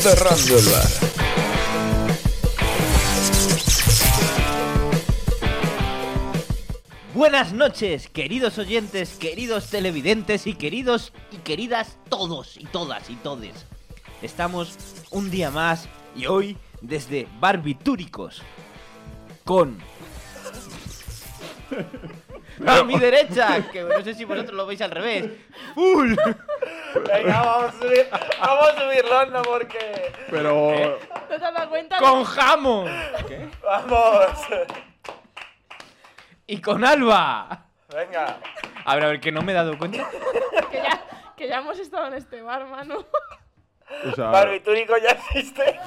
Cerrando el bar. Buenas noches, queridos oyentes, queridos televidentes y queridos y queridas todos y todas y todes. Estamos un día más y hoy desde Barbitúricos con... A mi derecha, que no sé si vosotros lo veis al revés. ¡Full! Venga, vamos a, subir, vamos a subirlo, no porque. Pero ¿No te has dado cuenta? con jamón Vamos. y con Alba. Venga. A ver, a ver, que no me he dado cuenta. Que ya, que ya hemos estado en este bar, mano. o sea, Barbitúrico ya existe.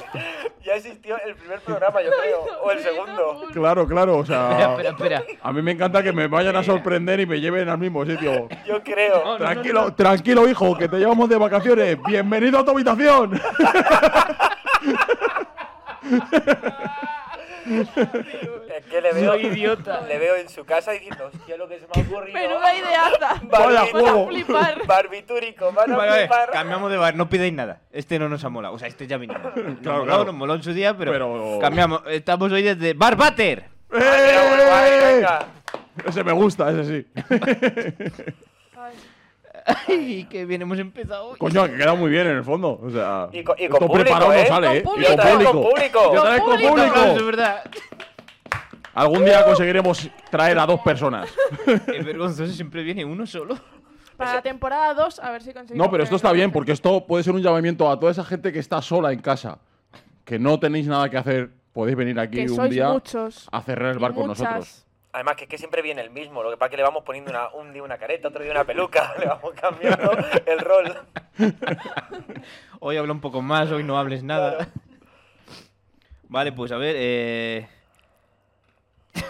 Ya existió el primer programa, yo creo. O el Lo hizo segundo. full. claro, claro, o Espera, sea, espera, espera. a mí me encanta que me vayan a sorprender y me lleven al mismo sitio. Yo creo. no, no, Tranquilo, tranquilo, hijo, que te llevamos de vacaciones. Bienvenido a tu habitación. Es que le veo. Soy idiota. Le veo en su casa diciendo, hostia, lo que se me ha ocurrido. Menuda ideaza. Vaya Barbitu- juego. Vas a flipar. Barbitúrico, van a Vale, vale, flipar. cambiamos de bar, no pidáis nada. Este no nos ha molado. O sea, este ya vino. Nos, moló, claro. nos moló en su día, pero, Pero- cambiamos. Estamos hoy desde Bar Butter. Venga, bueno, vale, ¡Eh! venga. Ese me gusta, ese sí. Ay, que bien hemos empezado hoy. Coño, que queda muy bien en el fondo. O sea, Y con- y con esto público, preparado ¿eh? no sale, ¿eh? Con Y con público. público. Con Y otra vez con público. No, eso es público. verdad. Algún día conseguiremos traer a dos personas. Es vergonzoso, siempre viene uno solo. Para la temporada 2, a ver si conseguimos. No, pero esto que- está bien, porque esto puede ser un llamamiento a toda esa gente que está sola en casa, que no tenéis nada que hacer, podéis venir aquí Que un sois día muchos. a cerrar el bar con nosotros. Además, que es que siempre viene el mismo. Lo que pasa es que le vamos poniendo una, un día una careta, otro día una peluca. Le vamos cambiando el rol. Hoy habla un poco más, hoy no hables nada. Vale, pues a ver, eh.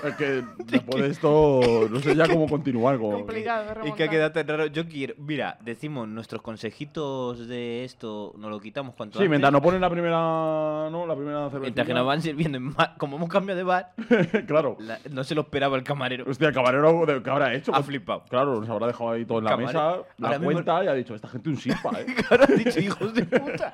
Es que después de esto no sé ya cómo continuar con... Y Complicado, que ha remontar. quedado tan raro. Yo quiero. Mira, decimos nuestros consejitos de esto, nos lo quitamos cuanto Sí, antes. mientras no ponen la primera, no, la primera cerveza. Mientras que nos van sirviendo en ma- Como hemos cambiado de bar, claro. la- no se lo esperaba el camarero. Hostia, el camarero de- que habrá hecho. Ha flipado. Claro, nos habrá dejado ahí todo en la Ah. Camarero. mesa, la Ahora mismo- cuenta y ha dicho, esta gente un simpa, ¿eh? Claro, has dicho, hijos de puta.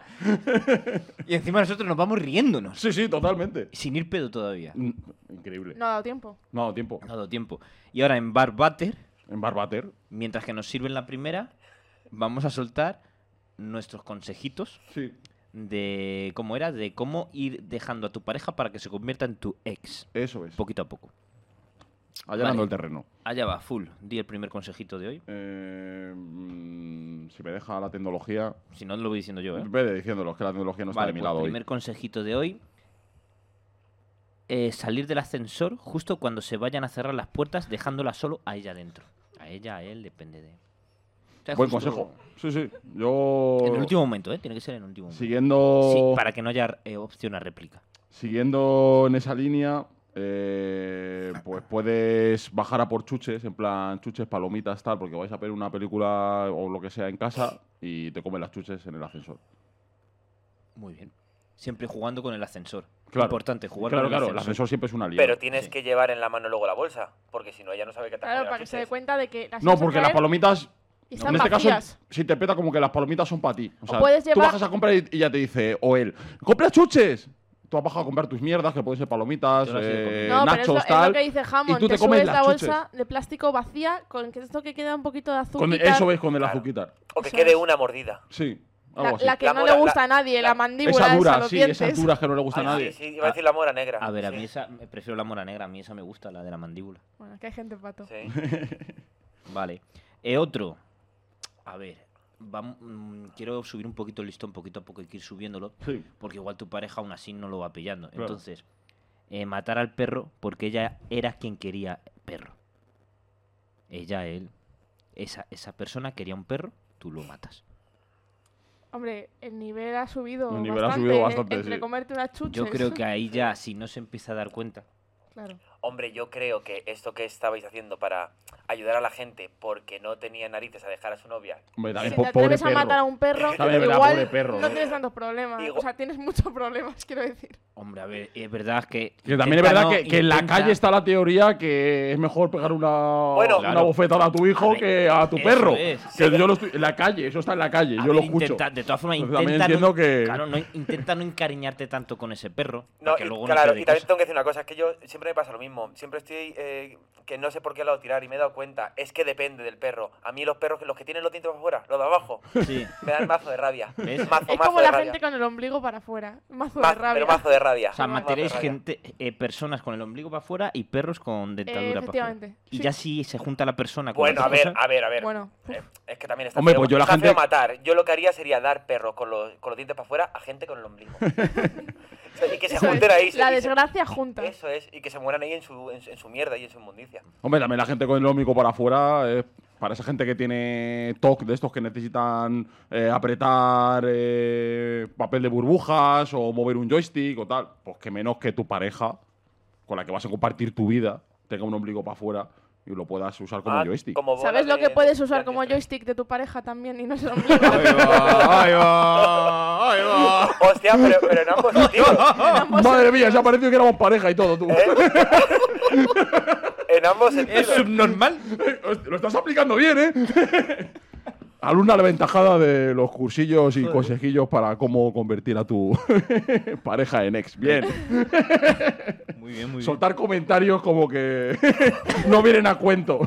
Y encima nosotros nos vamos riéndonos. sí, sí, totalmente. Sin ir pedo todavía. No Mm, Increíble. No ha dado tiempo. No ha dado tiempo. ha dado tiempo. Y ahora en Bar Butter, En Barbater. mientras que nos sirven la primera, vamos a soltar nuestros consejitos Sí. de cómo era, de cómo ir dejando a tu pareja para que se convierta en tu ex. Eso es. Poquito a poco. Allanando Vale. el terreno. Allá va, full. Di el primer consejito de hoy. Eh, mm, si me deja la tecnología. Si no, lo voy diciendo yo, ¿eh? Vete diciéndolos que la tecnología no está vale, de mi pues, lado primer hoy. consejito de hoy. eh, salir del ascensor justo cuando se vayan a cerrar las puertas, dejándola solo a ella dentro. A ella, a él, depende de. O sea, Buen justo consejo. Sí, sí. Yo. En el último momento, ¿eh? Tiene que ser en el último momento. Siguiendo. Sí, para que no haya eh, opción a réplica. Siguiendo en esa línea. eh, pues puedes bajar a por chuches, en plan chuches, palomitas, tal, porque vais a ver una película o lo que sea en casa y te comen las chuches en el ascensor. Muy bien. Siempre jugando con el ascensor. Claro. Importante, jugar claro, con claro, el el ascensor. ascensor siempre es una liada. Pero tienes que llevar en la mano luego la bolsa, porque si no ella no sabe qué te ha Claro, comido para las que se dé chuches. cuenta de que las No, ibas a porque las traer palomitas Y En están este caso, vacías. si te peta como que las palomitas son para ti. O sea, puedes tú llevar- bajas a comprar y, y ya te dice, o él, ¡compra chuches! Tú has bajado a comprar tus mierdas, que pueden ser palomitas, Yo las he ido eh, comiendo. No, pero es nachos, lo, es lo tal. que dice Hammond. y tú te te comes subes las la chuches. bolsa de plástico vacía con que esto que queda un poquito de azúcar. Con- eso es con el Claro. azuquitar. O que Eso quede es. una mordida. Sí, La, algo así. la que La no mora- le gusta la- a nadie, la, la- mandíbula, esa esa, dura, los sí, dientes. esa dura que no le gusta Ay, a nadie. Ah, Sí, sí, iba a decir la mora negra. A ver, a Sí, mí esa, me prefiero la mora negra, a mí esa me gusta, la de la mandíbula. Bueno, que hay gente pato. sí. Vale. Eh, otro. A ver. vam- mm, quiero subir un poquito el listón, poquito a poco hay que ir subiéndolo, Sí. porque igual tu pareja aún así no lo va pillando. Claro. Entonces, eh, matar al perro porque ella era quien quería perro. Ella, él. Esa, esa persona quería un perro, tú lo matas. Hombre, el nivel ha subido El nivel ha bastante. subido ¿eh? bastante, Entre sí. comerte unas chuches. Yo creo que ahí ya, si no se empieza a dar cuenta, Claro. Hombre, yo creo que esto que estabais haciendo para ayudar a la gente porque no tenía narices a dejar a su novia. Hombre, también si po- te pobre atreves a perro. matar a un perro, También es verdad, igual pobre perro, ¿eh? no ¿no? tienes tantos problemas. Digo- O sea, tienes muchos problemas, quiero decir. Hombre, a ver, es verdad que. Que también es verdad Cayetano que, que en la intenta- calle está la teoría que es mejor pegar una, Bueno, una Claro. bofetada a tu hijo que a tu Eso perro. es. Que yo lo estoy- en la calle, eso está en la calle, A yo ver, lo escucho. intenta- de todas formas, Entonces, intenta. también no, entiendo que- Claro, no, intenta no encariñarte tanto con ese perro. No, para que y, luego claro, no te dé y también cosa. tengo que decir una cosa, es que yo siempre me pasa lo mismo. Siempre estoy eh, que no sé por qué lado tirar y me he dado cuenta. Es que depende del perro. A mí los perros, que los que tienen los dientes para afuera, los de abajo, Sí. me dan mazo de rabia. ¿Ves? Mazo, Es mazo como de la rabia. gente con el ombligo para afuera. Mazo Ma- de rabia. Pero mazo de rabia. O sea, Mazo de mataréis rabia. gente, eh, personas con el ombligo para afuera y perros con Eh, dentadura para afuera. efectivamente. Y Sí. ya si se junta la persona con Bueno, otra a ver, cosa- a ver, a ver. Bueno, Eh, Es que también está Hombre, feo- pues yo la está gente- feo matar. Yo lo que haría sería dar perros con los, con los dientes para afuera a gente con el ombligo. O sea, y que se eso es, junten ahí. se- pues, La y se- desgracia junta. Eso es, y que se mueran ahí en su, en, su- en su mierda y en su inmundicia. Hombre, también la gente con el ómico para afuera es para esa gente que tiene TOC de estos que necesitan eh, apretar eh, papel de burbujas o mover un joystick o tal. Pues que menos que tu pareja con la que vas a compartir tu vida tenga un ombligo para afuera y lo puedas usar como Ah, un joystick. como bola ¿Sabes lo de- que puedes de usar como antiestrés. joystick de tu pareja también y no es el Ahí ombligo? va, ahí va, ahí va. Hostia, pero, pero en ambos sentidos. Madre mía, se ha parecido que éramos pareja y todo, tú. Eh, En ambos ¿Es sentidos. subnormal? Hosti- Lo estás aplicando bien, ¿eh? Alumna la ventajada de los cursillos y consejillos para cómo convertir a tu pareja en ex. Bien. Muy bien, muy bien. Soltar comentarios como que no vienen a cuento.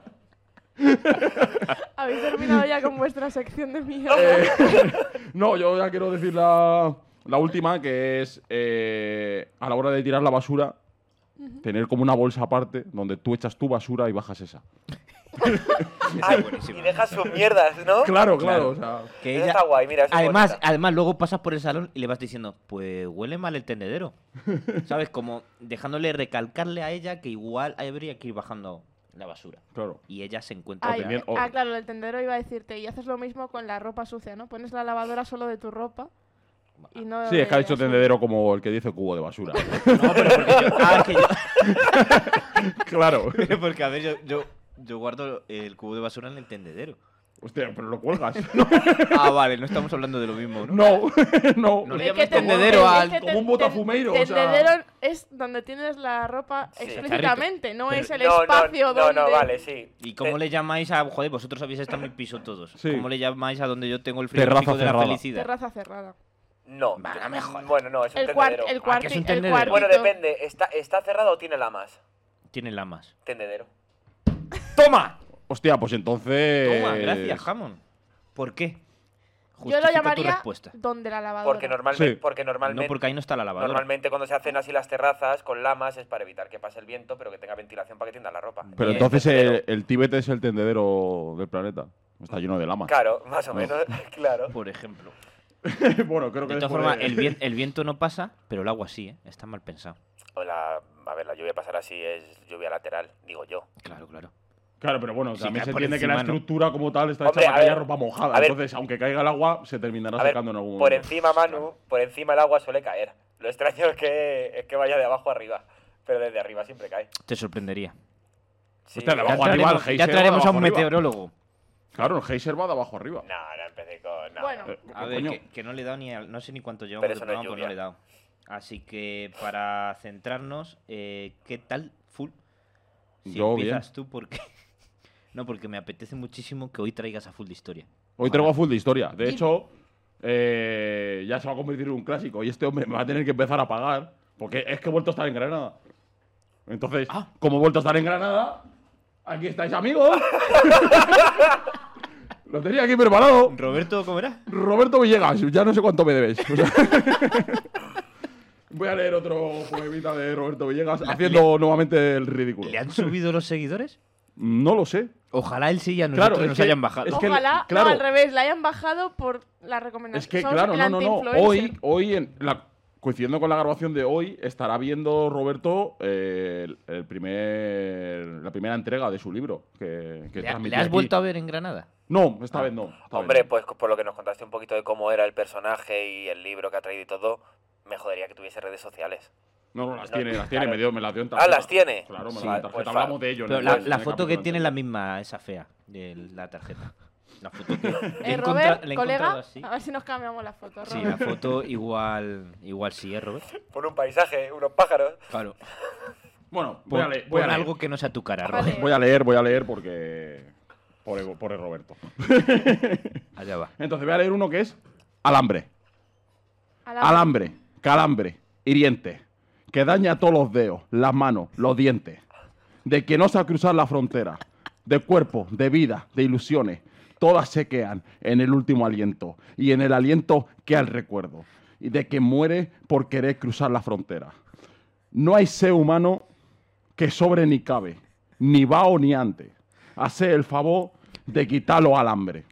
Habéis terminado ya con vuestra sección de mierda. Eh, no, yo ya quiero decir la, la última, que es eh, a la hora de tirar la basura, tener como una bolsa aparte donde tú echas tu basura y bajas esa. Ay, buenísimo. y dejas sus mierdas, ¿no? Claro, Claro. claro. o sea, Que Eso ella- está guay, mira, eso es Además, bonita. además, luego pasas por el salón y le vas diciendo, pues huele mal el tendedero. ¿Sabes? Como dejándole recalcarle a ella que igual habría que ir bajando la basura. claro. Y ella se encuentra. Ay, también- ah, claro, el tendero iba a decirte, y haces lo mismo con la ropa sucia, ¿no? Pones la lavadora solo de tu ropa y no... Sí, es que ha de dicho basura. tendedero como el que dice cubo de basura. No, pero porque yo. ah, es que yo- claro. Pero porque, a ver, yo, yo, yo guardo el cubo de basura en el tendedero. Hostia, pero lo cuelgas. Ah, vale, no estamos hablando de lo mismo, ¿no? No, no. No le Es llamas que ten- tendedero es al- que como ten- un botafumeiro, ten- o sea. Tendedero es donde tienes la ropa Sí. explícitamente, no es el No, no, espacio no, donde... No, vale, sí. ¿Y cómo Eh, le llamáis a. Joder, vosotros habéis estado en mi piso todos. Sí. ¿Cómo le llamáis a donde yo tengo el Terraza frigorífico de la cerrada. felicidad? Terraza cerrada. No. Vale, me jodas. Bueno, no, es un El, cuart tendedero. el, Ah, que es un cuarti- el tendedero. cuartito. Bueno, depende. ¿Está, ¿Está cerrado o tiene lamas? Tiene lamas. Tendedero. ¡Toma! Hostia, pues entonces. Toma, gracias, Hammond. ¿Por qué? Yo lo Justifica tu llamaría respuesta. donde la lavadora. Porque normalmente, Sí. porque No, normalmente, porque ahí no está la lavadora. normalmente cuando se hacen así las terrazas con lamas es para evitar que pase el viento, pero que tenga ventilación para que tienda la ropa. Pero Y el entonces tendedero- el, el Tíbet es el tendedero del planeta. Está lleno de lamas. Claro, más o menos, claro. Pues Por ejemplo. bueno, creo que. De después todas formas, de- el, vien- el viento no pasa, pero el agua sí, ¿eh? Está mal pensado. O la, a ver, la lluvia pasar así es lluvia lateral, digo yo. Claro, claro. Claro, pero bueno, Sí, también cae se por entiende que la encima, ¿no? estructura como tal está Hombre, hecha a para que haya ver, ropa mojada. a ver. entonces, aunque caiga el agua, se terminará A ver, secando en algún por momento. encima, Manu, por encima el agua suele caer. Lo extraño es que, es que vaya de abajo arriba, pero desde arriba siempre cae. Te sorprendería. Sí. Hostia, Pues de Ya abajo arriba, el traeremos, geyser. ya va de traeremos a abajo un arriba. meteorólogo. Claro, el geyser va de abajo arriba. No, no empecé con... no, Bueno. no. Eh, A co- ver, coño. que, que no le he dado ni al- No sé ni cuánto llevamos Pero de eso no es programa, pues no le he lluvia. dado. Así que para centrarnos, eh, ¿qué tal, Full? Si Yo bien. empiezas tú, porque. no, porque me apetece muchísimo que hoy traigas a Full de historia. Hoy traigo a full de historia. De hecho, eh, ya se va a convertir en un clásico. Y este hombre me va a tener que empezar a pagar. Porque es que he vuelto a estar en Granada. Entonces, como he vuelto a estar en Granada, aquí estáis, amigos. Lo tenía aquí preparado. Roberto, ¿cómo era? Roberto Villegas, ya no sé cuánto me debes. O sea, voy a leer otro poemita de Roberto Villegas haciendo nuevamente el ridículo. ¿Le han subido los seguidores? No lo sé. Ojalá él sí y a Claro, nosotros es nos que- hayan bajado. es que- Ojalá, claro. no, al revés, la hayan bajado por la recomendación. Es que, Somos claro, el no, no, no. anti-influencer. Eh, Hoy, hoy en la- coincidiendo con la grabación de hoy, estará viendo Roberto eh, el, el primer, la primera entrega de su libro. Que, que ¿Le, ha- transmití le has aquí. vuelto a ver en Granada? No, esta vez no. esta vez Hombre, no. pues por lo que nos contaste un poquito de cómo era el personaje y el libro que ha traído y todo, me jodería que tuviese redes sociales. No, no, las tiene, las tiene, me, dio, me las dio en Ah, tarjeta. las tiene. Claro, me las Sí, dio en tarjeta. pues, Hablamos de ello. en Pero el- la, en la el foto capítulo que anterior. tiene es la misma, esa fea, de la tarjeta. La foto que. le he Eh, encontra- Robert, le he encontrado colega, así. a ver si nos cambiamos la foto. Sí, la Robert. foto igual, igual sí, ¿eh, Robert? Por un paisaje, unos pájaros. Claro. Bueno, voy Pon, a leer. Voy a pon leer. algo que no sea tu cara, Vale. Robert. Voy a leer, voy a leer porque. Por el, por el Roberto. Allá va. Entonces voy a leer uno que es alambre. Alambre. Alambre, calambre, hiriente, que daña todos los dedos, las manos, los dientes, de que no sabe cruzar la frontera, de cuerpo, de vida, de ilusiones, todas se quedan en el último aliento y en el aliento que al recuerdo, y de que muere por querer cruzar la frontera. No hay ser humano que sobre ni cabe, ni bao ni ante. Hace el favor de quitar los alambres.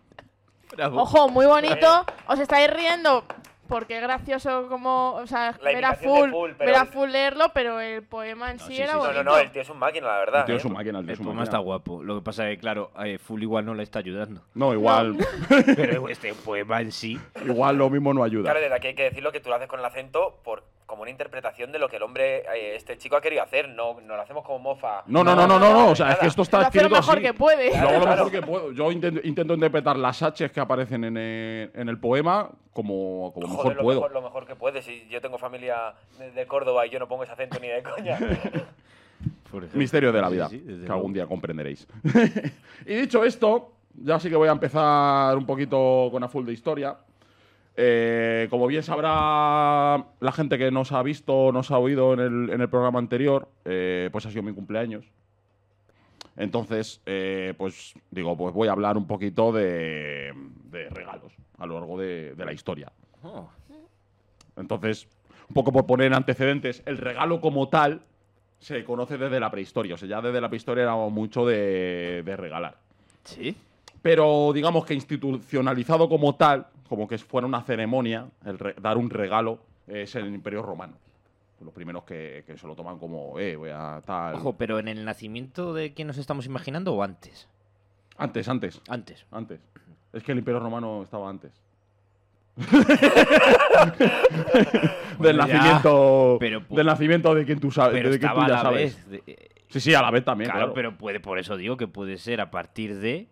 Ojo, muy bonito. Os estáis riendo porque es gracioso como, o sea, La ver a imitación de full, Full, pero ver a el- full leerlo, pero el poema en sí, sí, era sí, sí. No, bonito. no, no, el tío es un máquina, la verdad. El tío ¿eh? es un máquina, el tío El es un poema está máquina. guapo. Lo que pasa es que, claro, eh, Full igual no le está ayudando. No, igual, Pero este poema en sí. igual lo mismo no ayuda. Claro, desde aquí hay que decirlo que tú lo haces con el acento por, como una interpretación de lo que el hombre, eh, este chico ha querido hacer. No, no lo hacemos como mofa. No, no, no, no, no, no. O sea, es nada. que esto Lo está hace lo escrito mejor así. que puede. Yo hago lo Claro. mejor que puedo. Yo intento, intento interpretar las H's que aparecen en el, en el poema como, como Joder, mejor lo, puedo. Mejor, lo mejor que puedes. Si yo tengo familia de, de Córdoba y yo no pongo ese acento ni de coña. por ejemplo. Misterio de la Sí, vida, sí, desde que luego. algún día comprenderéis. y dicho esto, ya sí que voy a empezar un poquito con a full de historia. Eh, como bien sabrá la gente que nos ha visto, nos ha oído en el, en el programa anterior, eh, pues ha sido mi cumpleaños. Entonces, eh, pues digo, pues voy a hablar un poquito de, de regalos a lo largo de- de la historia. Oh, Entonces, un poco por poner en antecedentes, el regalo como tal se conoce desde la prehistoria. O sea, ya desde la prehistoria era mucho de, de regalar. sí. Pero digamos que institucionalizado como tal, como que fuera una ceremonia, el re- dar un regalo es el Imperio Romano. Los primeros que, que se lo toman como, eh, voy a tal. Ojo, pero en el nacimiento de quien nos estamos imaginando o antes. Antes, antes, Antes. antes. Es que el Imperio Romano estaba antes. del Bueno, ya. nacimiento Pero pu- del nacimiento de quien tú sabes Pero de quien Ah, tú estaba a ya la sabes vez. de- eh, Sí, sí, a la vez también, claro, claro. pero puede, por eso digo que puede ser a partir de.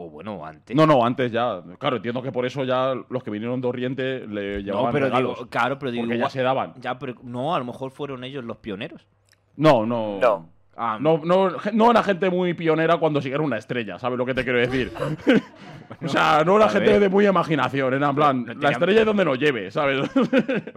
O bueno, antes. No, no, antes ya. Claro, entiendo que por eso ya los que vinieron de Oriente le llevaban No, pero regalos. digo, claro, pero digo, porque ya se daban. ya, pero no, a lo mejor fueron ellos los pioneros. No, no. No. Ah, No, no, ge- no era gente muy pionera cuando siguieron una estrella, ¿sabes lo que te quiero decir? o sea, no era a gente ver. de muy imaginación, era en plan, No la tenían- estrella es donde nos lleve, ¿sabes?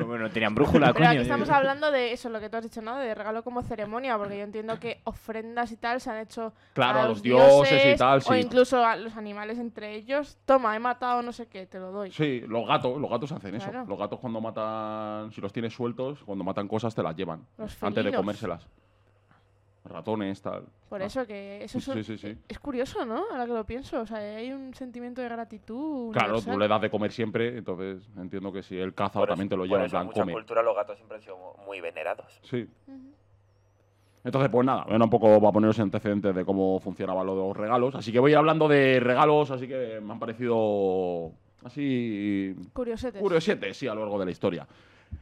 Bueno, tenían brújula, Pero coño. aquí estamos hablando de eso, lo que tú has dicho, ¿no? De regalo como ceremonia, porque yo entiendo que ofrendas y tal se han hecho Claro, a los dioses y tal, o sí. incluso a los animales entre ellos. Toma, he matado no sé qué, te lo doy. sí, los gatos, los gatos hacen eso. Claro. Los gatos cuando matan, si los tienes sueltos, cuando matan cosas te las llevan. Los antes de felinos. comérselas. Ratones, tal. Por Ah. eso que eso es, un- Sí, sí, sí. es curioso, ¿no? Ahora que lo pienso, o sea, hay un sentimiento de gratitud. Claro, universal. tú le das de comer siempre, entonces entiendo que si el caza Por también te eso- lo por lleva en eso plan, mucha come. cultura los gatos siempre han sido mu- muy venerados. Sí. Entonces, pues nada, bueno, un poco va a poneros antecedentes de cómo funcionaban lo de los regalos. Así que voy a ir hablando de regalos, así que me han parecido así Curiosetes. curiosetes, sí, a lo largo de la historia.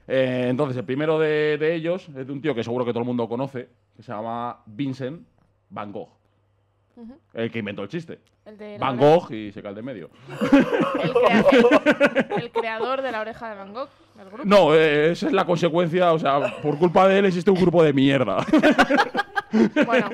Eh, entonces, el primero de, de ellos es de un tío que seguro que todo el mundo conoce, que se llama Vincent Van Gogh. Ujú. El que inventó el chiste. El de la Van oreja- Gogh y se cae el de en medio. El, crea- el creador de la oreja de Van Gogh, del grupo. No, eh, esa es la consecuencia. O sea, por culpa de él existe un grupo de mierda. Bueno,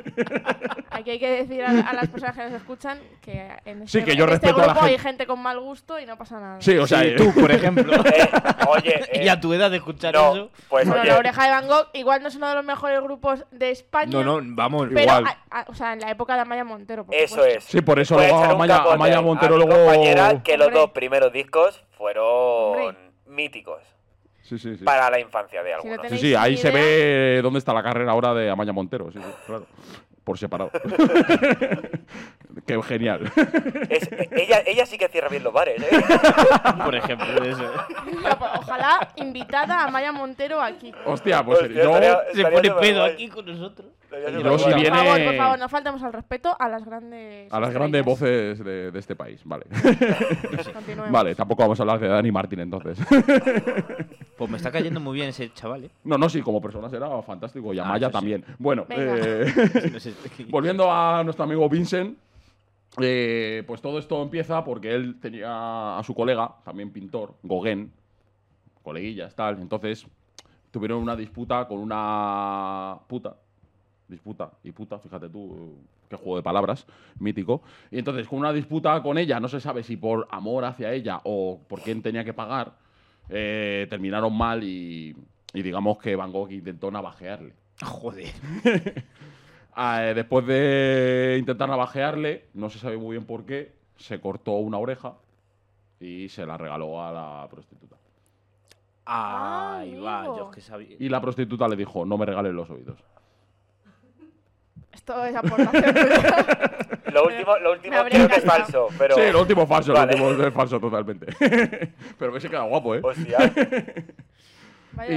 aquí hay que decir a, a las personas que nos escuchan que en este, Sí, que yo en este respeto a la grupo hay gente. gente con mal gusto y no pasa nada. Sí, o sea, eh, Sí, tú, por ejemplo. Eh, oye, eh, y a tu edad de escuchar no, eso. pues Bueno, oye, la oreja de Van Gogh igual no es uno de los mejores grupos de España. No, no, vamos. pero igual. a- a- o sea, en la época de Amaya Montero. por eso supuesto. es. Sí, por eso Voy a luego echar un Amaya, capote Amaya a mi Montero luego. compañera que los Hombre. dos primeros discos fueron Hombre. míticos Sí, sí, sí. para la infancia de Si algunos. no Sí, tenéis sí, ni ahí se idea, ve dónde está la carrera ahora de Amaya Montero. Sí, sí, claro. Por separado. Qué genial. Es- eh, ella, ella sí que cierra bien los bares, ¿eh? Por ejemplo, de eso. pues, Ojalá invitada a Amaya Montero aquí. Hostia, pues Hostia, yo. estaría- Se estaría pone superguay. pedo aquí con nosotros. Estaría Yo superguay. si Por viene- favor, por favor, no faltemos al respeto a las grandes. A las estrellas. grandes voces de, de este país, vale. Continuemos. vale, tampoco vamos a hablar de Dani Martín entonces. Pues me está cayendo muy bien ese chaval, ¿eh? No, no, sí, como persona será fantástico. Y Ah, Amaya eso sí. también. Bueno, Venga. eh, No sé- Volviendo a nuestro amigo Vincent, eh, pues todo esto empieza porque él tenía a su colega, también pintor, Gauguin, coleguillas, tal. Entonces tuvieron una disputa con una puta. Disputa y puta, fíjate tú, qué juego de palabras, mítico. Y entonces, con una disputa con ella, no se sabe si por amor hacia ella o por quién tenía que pagar, eh, terminaron mal y, y digamos que Van Gogh intentó navajearle. Joder. Ah, eh, después de intentar navajearle, no se sabe muy bien por qué, se cortó una oreja y se la regaló a la prostituta. Ah, Ahí va, yo amigo. es que sabía. Y la prostituta le dijo, no me regales los oídos. Esto es aportación. tuya. Lo último, lo último habría creo que es encantado. falso, pero. Sí, lo último es falso, Vale. lo último es falso totalmente. Pero que se queda guapo, ¿eh? Hostia. Vaya,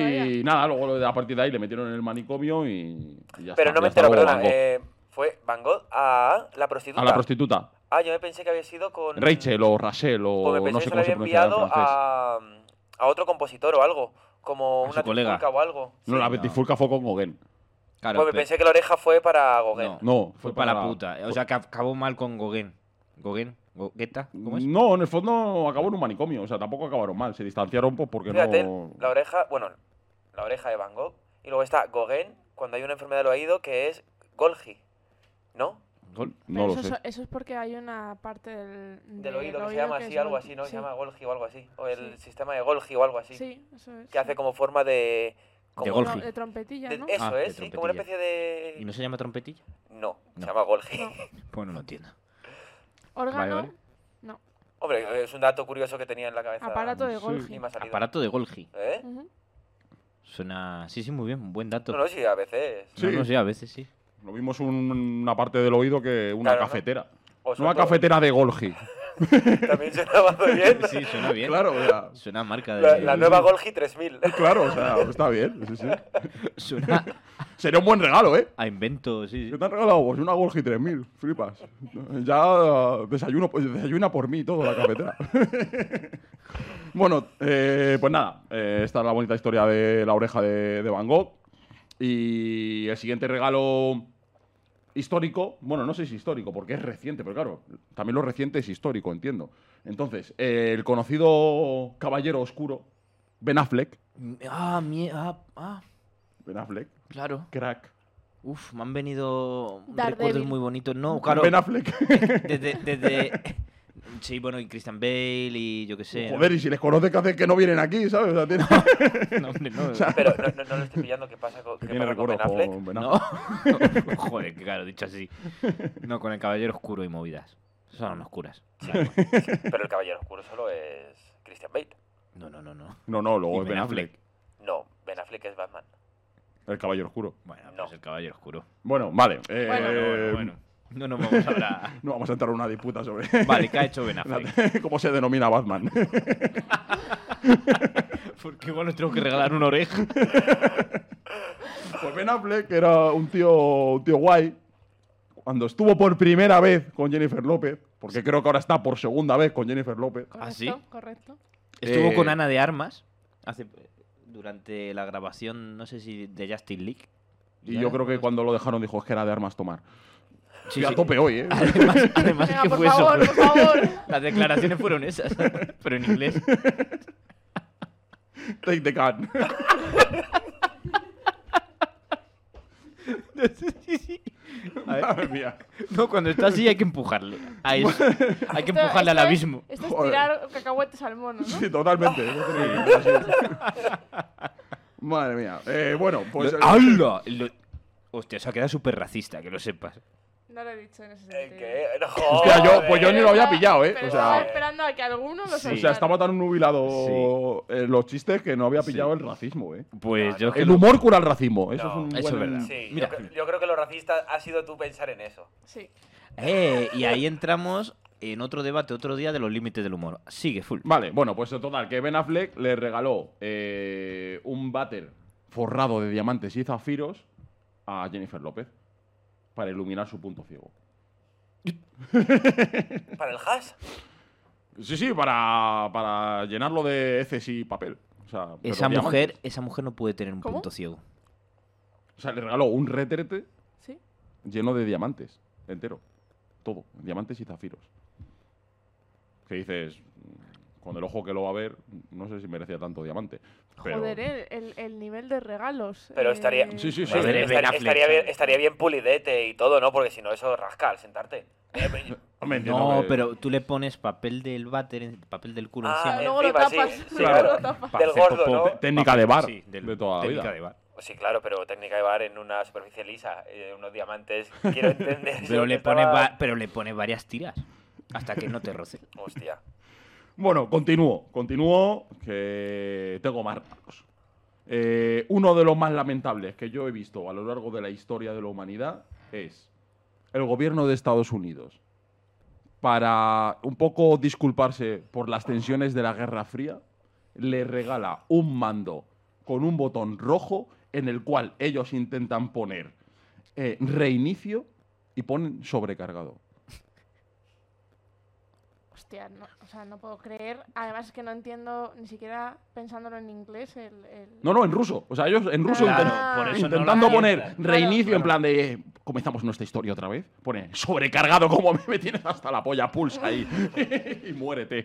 vaya. Y nada, luego a partir de ahí le metieron en el manicomio y, y ya Pero está, no me ya está, luego entero, perdona. Van Gogh. eh, fue Van Gogh a la prostituta. a la prostituta. Ah, yo me pensé que había sido con. Rachel o Rachel Pues o me pensé no que sé se la cómo se pronuncia había en enviado francés. a, a otro compositor o algo. Como A su una colega. trifulca o algo. No, Sí. la no. betifulca fue con Gauguin. Claro, Pues me pero- pensé que la oreja fue para Gauguin. No, No, fue para la puta. O sea, que acabó mal con Gauguin. Gauguin, Gogueta, ¿cómo es? No, en el fondo acabó en un manicomio, o sea, tampoco acabaron mal, se distanciaron pues porque Fíjate, no... la oreja, bueno, la oreja de Van Gogh. Y luego está Gauguin, cuando hay una enfermedad del oído, que es Golgi, ¿no? Gol, Pero No lo eso, sé. es, eso es porque hay una parte del, Del oído, que se llama así, es algo multi- así, ¿no? Sí. Se llama Golgi o algo así. O el Sí. sistema de Golgi o algo así. Sí, eso es. Que hace sí. como forma de... como- Golgi. No, de trompetilla, de- ¿no? Eso Ah, de es, sí, como una trompetilla. especie de... ¿Y no se llama trompetilla? No, se No. llama Golgi. No. Bueno, no entiendo. Órgano, vale. Hombre, es un dato curioso que tenía en la cabeza. aparato de Sí. ¿Ah, Golgi. Y me ha salido. Aparato de Golgi. ¿Eh? Ujú. Suena. Sí, sí, muy bien, buen dato. No, no, sí, a veces. Sí. No, no sé, a veces sí. Lo mismo es un- una parte del oído que una Claro, ¿no? cafetera. O No una sobre todo- cafetera de Golgi. También se va muy bien. Sí, suena bien. claro, o sea, Suena a marca de. La, la nueva Golgi 3000. claro, o sea, está bien. sí, sí. Suena Sería un buen regalo, ¿eh? a invento, sí. sí. ¿Qué te han regalado? Pues una Golgi 3000, flipas. Ya desayuno, pues desayuna por mí todo la cafetera. bueno, eh, pues nada, eh, esta es la bonita historia de la oreja de, de Van Gogh. Y el siguiente regalo histórico, bueno, no sé si histórico, porque es reciente, pero claro, también lo reciente es histórico, entiendo. Entonces, eh, el conocido caballero oscuro, Ben Affleck, Ah, mie- ah, ah, Ben Affleck, claro. crack. Uf, me han venido Daredevil. recuerdos muy bonitos. No, claro. Ben Affleck. Desde. desde- Sí, bueno, y Christian Bale y yo qué sé. ¿no? Joder, y si les conoces que hacen que no vienen aquí, ¿sabes? O sea, tiene- No, hombre, no. Pero no, no, no lo estoy pillando. ¿Qué pasa con, qué tiene pasa con recuerdo Ben Affleck? con Ben Affleck. No. Joder, que claro, dicho así. No, con el caballero oscuro y movidas. Son oscuras. Pero el Caballero Oscuro solo es Christian Bale. No, no, no, no. No, no, luego Y es Ben Ben Affleck, No, Ben Affleck es Batman. el caballero oscuro. Bueno, pues No. el caballero oscuro. Bueno, vale. eh, Bueno, Bueno, bueno. No nos vamos a hablar. No vamos a entrar en una disputa sobre Vale, ¿qué ha hecho Ben Affleck? cómo se denomina Batman. Porque igual nos tenemos que regalar una oreja. Pues Ben Affleck era un tío, un tío guay. Cuando estuvo por primera vez con Jennifer López, porque creo que ahora está por segunda vez con Jennifer López. Correcto, ¿Ah, sí? correcto. Estuvo Eh, con Ana de Armas hace, durante la grabación, no sé si de Justin League. Y yo creo que cuando lo dejaron dijo, es que era de armas tomar. Sí, Y a sí. tope hoy, ¿eh? Además, además Venga, que por fue eso. favor, por favor. Las declaraciones fueron esas, pero en inglés. Take the can. Sí, sí. A ver. Madre mía. No, cuando está así hay que empujarle. A eso. Hay que Esto- empujarle al este- esto es- abismo. Esto es Joder. tirar cacahuetes al mono, ¿no? Sí, totalmente. No tenía que ser así. Madre mía. Eh, bueno, pues. Lo- ¡Hala! Lo- Hostia, se ha quedado súper racista, que lo sepas. No lo he dicho en ese Eh, sentido. ¿Qué? No, Hostia, yo- pues yo Pero ni lo había estaba- pillado, ¿eh? pero O estaba sea- esperando a que alguno lo Sí. O soltara. sea, estaba tan nubilado eh, los chistes que no había pillado el racismo, ¿eh. Pues yo que El lo- humor cura el racismo. Eso No, es un eso es buen- verdad. Sí, yo Mira. cre- yo, creo que lo racista ha sido tú pensar en eso. Sí. Eh, y ahí entramos en otro debate otro día de los límites del humor. Sigue, full. Vale, bueno, pues en total, que Ben Affleck le regaló eh, un váter forrado de diamantes y zafiros a Jennifer López para iluminar su punto ciego. Para el hash. Sí, sí, para, para llenarlo de heces y papel. O sea, pero Esa diamantes. mujer, esa mujer no puede tener un ¿Cómo? punto ciego. O sea, le regaló un retrete ¿Sí? lleno de diamantes, entero. Todo, diamantes y zafiros. Que dices, mm, con el ojo que lo va a ver, no sé si merecía tanto diamante. Pero, Joder, eh, el, el nivel de regalos. eh, Pero Pues estaría- Sí, sí, sí. Estar- Joder, es Ben estar- Affleck, estaría, bien, ¿sabes? estaría bien pulidete y todo, ¿no? Porque si no, eso rasca al sentarte. Eh, pues- Hombre, entiendo No, que- pero tú le pones papel del váter, en- papel del culo Ah, Ah, encima. el- luego lo encima, sí, tapas. sí, luego claro. lo tapas. Para del hacer gordo, popó. ¿no? Técnica de bar, Sí, del- de toda la técnica vida. de bar. Sí, claro, pero técnica de bar en una superficie lisa, eh, unos diamantes, quiero entender. si Pero dónde le, pones estaba- va- pero le pones varias tiras hasta que no te roce. Hostia. Bueno, continúo, continúo, que tengo más raros. Eh, uno de los más lamentables que yo he visto a lo largo de la historia de la humanidad es el gobierno de Estados Unidos. Para un poco disculparse por las tensiones de la Guerra Fría, le regala un mando con un botón rojo en el cual ellos intentan poner eh, reinicio y ponen sobrecargado. Hostia, no, o sea, no puedo creer. Además es que no entiendo ni siquiera pensándolo en inglés el... el- No, no, en ruso. O sea, ellos en ruso Claro, intentan- por eso no intentando lo poner aciertan. reinicio Claro. en plan de eh, comenzamos nuestra historia otra vez. Pone sobrecargado como me, me tienes hasta la polla, pulsa ahí y muérete.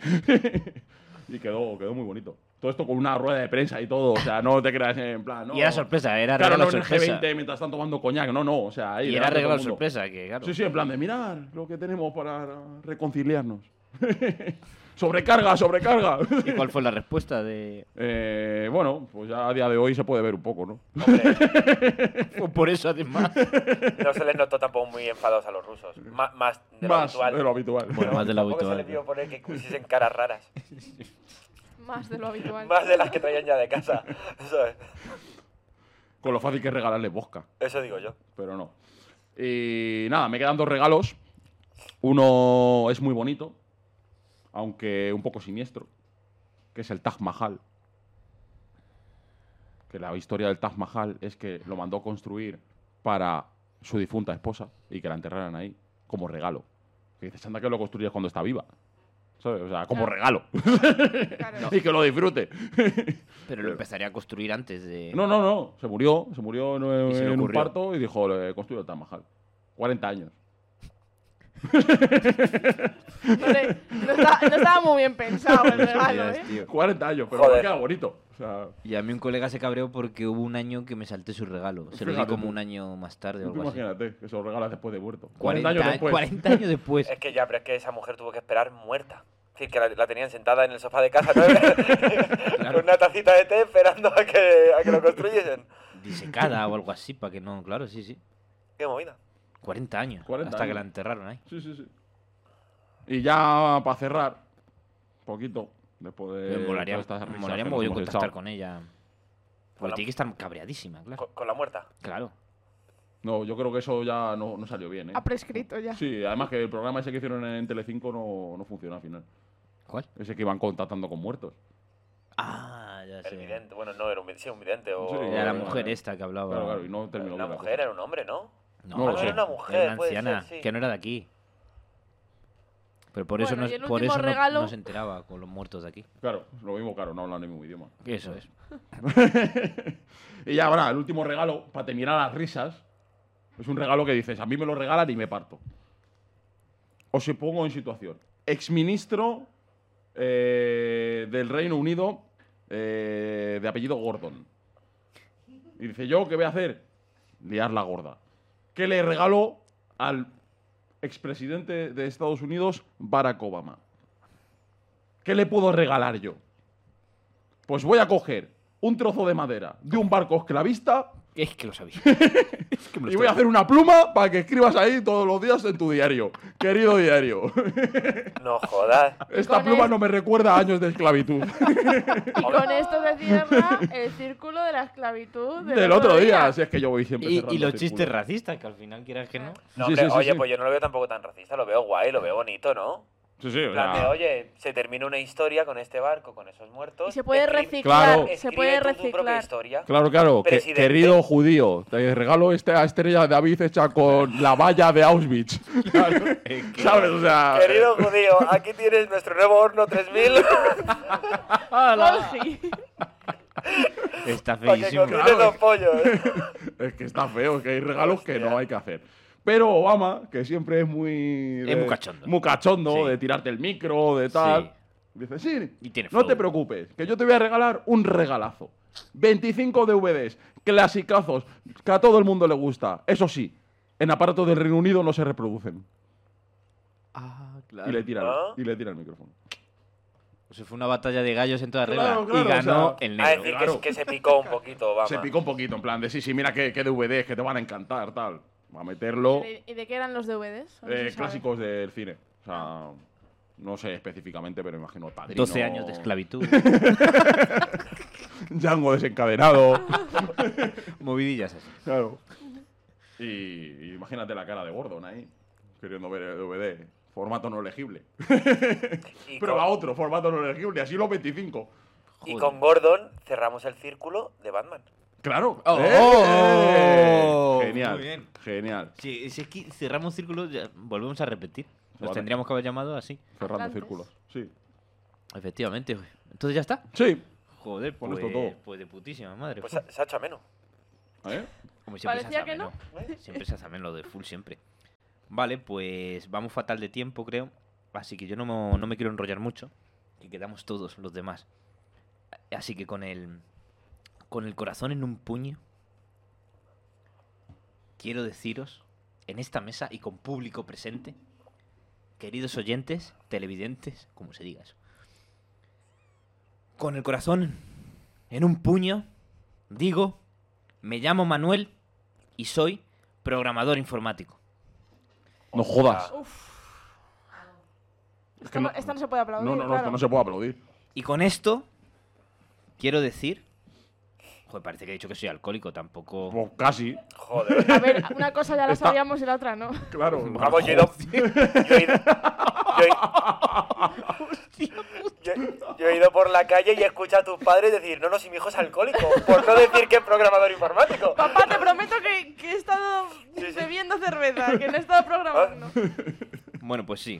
y quedó, quedó muy bonito. Todo esto con una rueda de prensa y todo. O sea, no te creas en plan. No, Y era sorpresa, era Claro, regalo no en el sorpresa. G20 mientras están tomando coñac. No, no. O sea, ahí. Y era delante de todo regalo el mundo. sorpresa, que claro. Sí, sí, en plan de mirar lo que tenemos para reconciliarnos. sobrecarga, sobrecarga. ¿Y cuál fue la respuesta de...? Eh, bueno, pues ya a día de hoy se puede ver un poco, ¿no? Hombre, Por eso, además. no se les notó tampoco muy enfadados a los rusos. Ma- más de lo más habitual. de lo habitual. Bueno, más de lo Tampoco se habitual. les vio poner que pusiesen caras raras. Más de lo habitual. Más de las que traían ya de casa. ¿sabes? Con lo fácil que es regalarle bosca, Eso digo yo. pero no. Y nada, me quedan dos regalos. Uno es muy bonito, aunque un poco siniestro, que es el Taj Mahal. Que la historia del Taj Mahal es que lo mandó construir para su difunta esposa y que la enterraran ahí como regalo. Que dices, anda que lo construyes cuando está viva. ¿Sabes? O sea, como Claro. regalo. Claro. y que lo disfrute. Pero lo empezaría a construir antes de... No, no, no. Se murió, se murió en, Eh, Y se le en un ocurrió. parto y dijo, le construyo el Taj Mahal. 40 años. No, le- no está- no estaba muy bien pensado el regalo, Hostias, ¿eh? tío. 40 años, pero Joder. me queda bonito. O sea, Y a mí un colega se cabreó porque hubo un año que me salté su regalo. Se lo di Fíjate como tú. un año más tarde o tú algo así. imagínate que se lo regalas después de muerto. 40 40, años después. 40 años después. Es que ya, pero es que esa mujer tuvo que esperar muerta. Es decir, que la, la tenían sentada en el sofá de casa, ¿no? Con una tacita de té esperando a que, a que lo construyesen. Disecada o algo así, para que no... Claro, sí, sí. Qué movida. 40 años. 40 hasta que años. la enterraron ahí. Sí, sí, sí. Y ya para cerrar, poquito, después de. me molaría, todas estas risas me molaría que nos mogollón hemos contactar echado. con ella. Con Porque la- tiene que estar cabreadísima, claro. Con, con la muerta. Claro. No, yo creo que eso ya no, no salió bien, ¿eh? Ha prescrito ya. Sí, además que el programa ese que hicieron en Telecinco no, no funcionó al final. ¿Cuál? Ese que iban contactando con muertos. Ah, ya El sé. vidente. Bueno, no, era un, vi- sí, un vidente. O, Sí, Era la Bueno, mujer Eh, bueno. esta que hablaba. Claro, claro, y no terminó Una bien la cosa. mujer, era un hombre, ¿no? No, No lo sé. era Era una mujer, puede ser, anciana, sí. que no era de aquí. Pero por eso, Bueno, y el no, por último eso no- regalo- no se enteraba con los muertos de aquí. Claro, lo mismo, claro, no hablan el mismo idioma. Eso es. Y ya, ahora, el último regalo, para terminar las risas, es un regalo que dices, a mí me lo regalan y me parto. Os pongo en situación. Exministro eh, del Reino Unido eh, de apellido Gordon. Y dice, ¿yo qué voy a hacer? Liar la gorda. ¿Qué le regalo al expresidente de Estados Unidos, Barack Obama? ¿Qué le puedo regalar yo? Pues voy a coger un trozo de madera de un barco esclavista Es que lo sabía. y voy a hacer una pluma para que escribas ahí todos los días en tu diario. Querido diario, No jodas. esta con pluma el- no me recuerda a años de esclavitud Y con esto se cierra el círculo de la esclavitud del, del otro día. Si es que yo voy siempre Y, cerrando este y los círculos. chistes racistas, que al final quieras que no. No, Sí, hombre, sí, sí, oye, sí. pues yo no lo veo tampoco tan racista, lo veo guay, lo veo bonito, ¿no? Sí, sí, o En plan de, sea, oye, se termina una historia con este barco, con esos muertos. Y se puede escribe- reciclar, Claro. se escribe tú puede tu propia reciclar. historia. Claro, claro. que- Presidente. querido judío, te regalo este, esta estrella de David hecha con la valla de Auschwitz. ¿Sabes? O sea, Querido Oh, judío, aquí tienes nuestro nuevo horno 3000. Golgi. Está Para que feísimo. cocine Claro. dos pollos. es que está feo, es que hay regalos que no Hostia. hay que hacer. Pero Obama, que siempre es muy. Es de- muy cachondo. muy cachondo, Sí. de tirarte el micro, de tal. Dice, sí, Y tiene no flow. te preocupes, que yo te voy a regalar un regalazo. 25 DVDs, clasicazos, que a todo el mundo le gusta. Eso sí, en aparato del Reino Unido no se reproducen. Ah, Y le claro. tira, Ah. y le tira el micrófono. O sea, fue una batalla de gallos en toda regla. Claro, claro, y ganó o sea, el A negro. decir claro. que, que se picó un poquito, Obama. Se picó un poquito, en plan de, sí, sí, mira qué, qué DVDs, que te van a encantar, tal. Va a meterlo. ¿Y de- ¿Y de qué eran los DVDs? ¿O no se Oh. Eh, sabe? clásicos del cine. O sea, no sé específicamente, pero imagino el padrino. 12 años de esclavitud. Django desencadenado. Movidillas así. claro. Y, y imagínate la cara de Gordon ahí, queriendo ver el DVD. Formato no elegible. Y Pero con- va otro, formato no elegible, así los 25. Y Joder. con Gordon cerramos el círculo de Batman. Claro. Oh. ¡Eh! Muy Genial. bien. Genial. Si, si es que cerramos círculos, ya volvemos a repetir. Los Vale. tendríamos que haber llamado así. Cerrando Atlantes. círculos. Sí. Efectivamente, güey. Entonces ya está. Sí. Joder, Con pues, esto todo. pues de putísima madre. Pues fu. se ha hecho menos. ¿Eh? Como siempre se Parecía hace que no. ameno. Siempre se hace ameno lo de full, siempre. Vale, pues vamos fatal de tiempo, creo. Así que yo no, mo- no me quiero enrollar mucho. Que quedamos todos los demás. Así que con el. Con el corazón en un puño. Quiero deciros, en esta mesa y con público presente, queridos oyentes, televidentes, como se diga eso. Con el corazón en un puño, digo, me llamo Manuel y soy programador informático. No jodas. Uf. Esta, que no, no- esta no se puede No, aplaudir. no, no, claro. no se puede aplaudir. Y con esto quiero decir... Joder, parece que he dicho que soy alcohólico, tampoco... Pues casi. Joder. A ver, una cosa ya la Está- sabíamos y la otra no. Claro. Vamos, yo he ido. Yo he ido, yo he- yo- yo he ido por la calle y he escuchado a tus padres decir: No, no, si mi hijo es alcohólico. Por no decir que es programador informático. Papá, te prometo que, que he estado Sí, Ah. sí. bebiendo cerveza, que no he estado programando. Bueno, pues sí.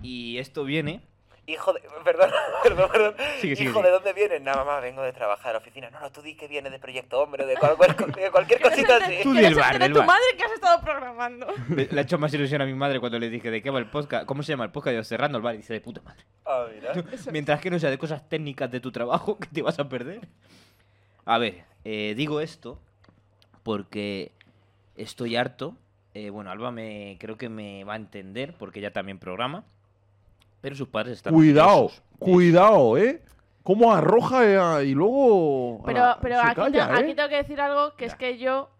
Y esto viene... Hijo de. Perdón, perdón, perdón. Sigue, sigue, Hijo, sigue. ¿de dónde vienes? Nada más vengo de trabajar a la oficina. No, no, tú di que vienes de proyecto, hombre, de, cual- cual- de cualquier cosita así. Tú Que del no se bar, entere del tu bar. madre que has estado programando. Le le ha hecho más ilusión a mi madre cuando le dije de qué va el podcast. ¿Cómo se llama el podcast? Yo cerrando el bar y dice de puta madre. Ah, mira. Mientras que no sea de cosas técnicas de tu trabajo que te vas a perder. A ver, eh, digo esto porque estoy harto. Eh, bueno, Alba me creo que me va a entender porque ella también programa. Pero sus padres están. Cuidado, orgullosos. cuidado, ¿eh? ¿Cómo arroja eh, ah, y luego ah, Pero, pero se aquí, calla, te- ¿eh? aquí tengo que decir algo, que es Ya. que yo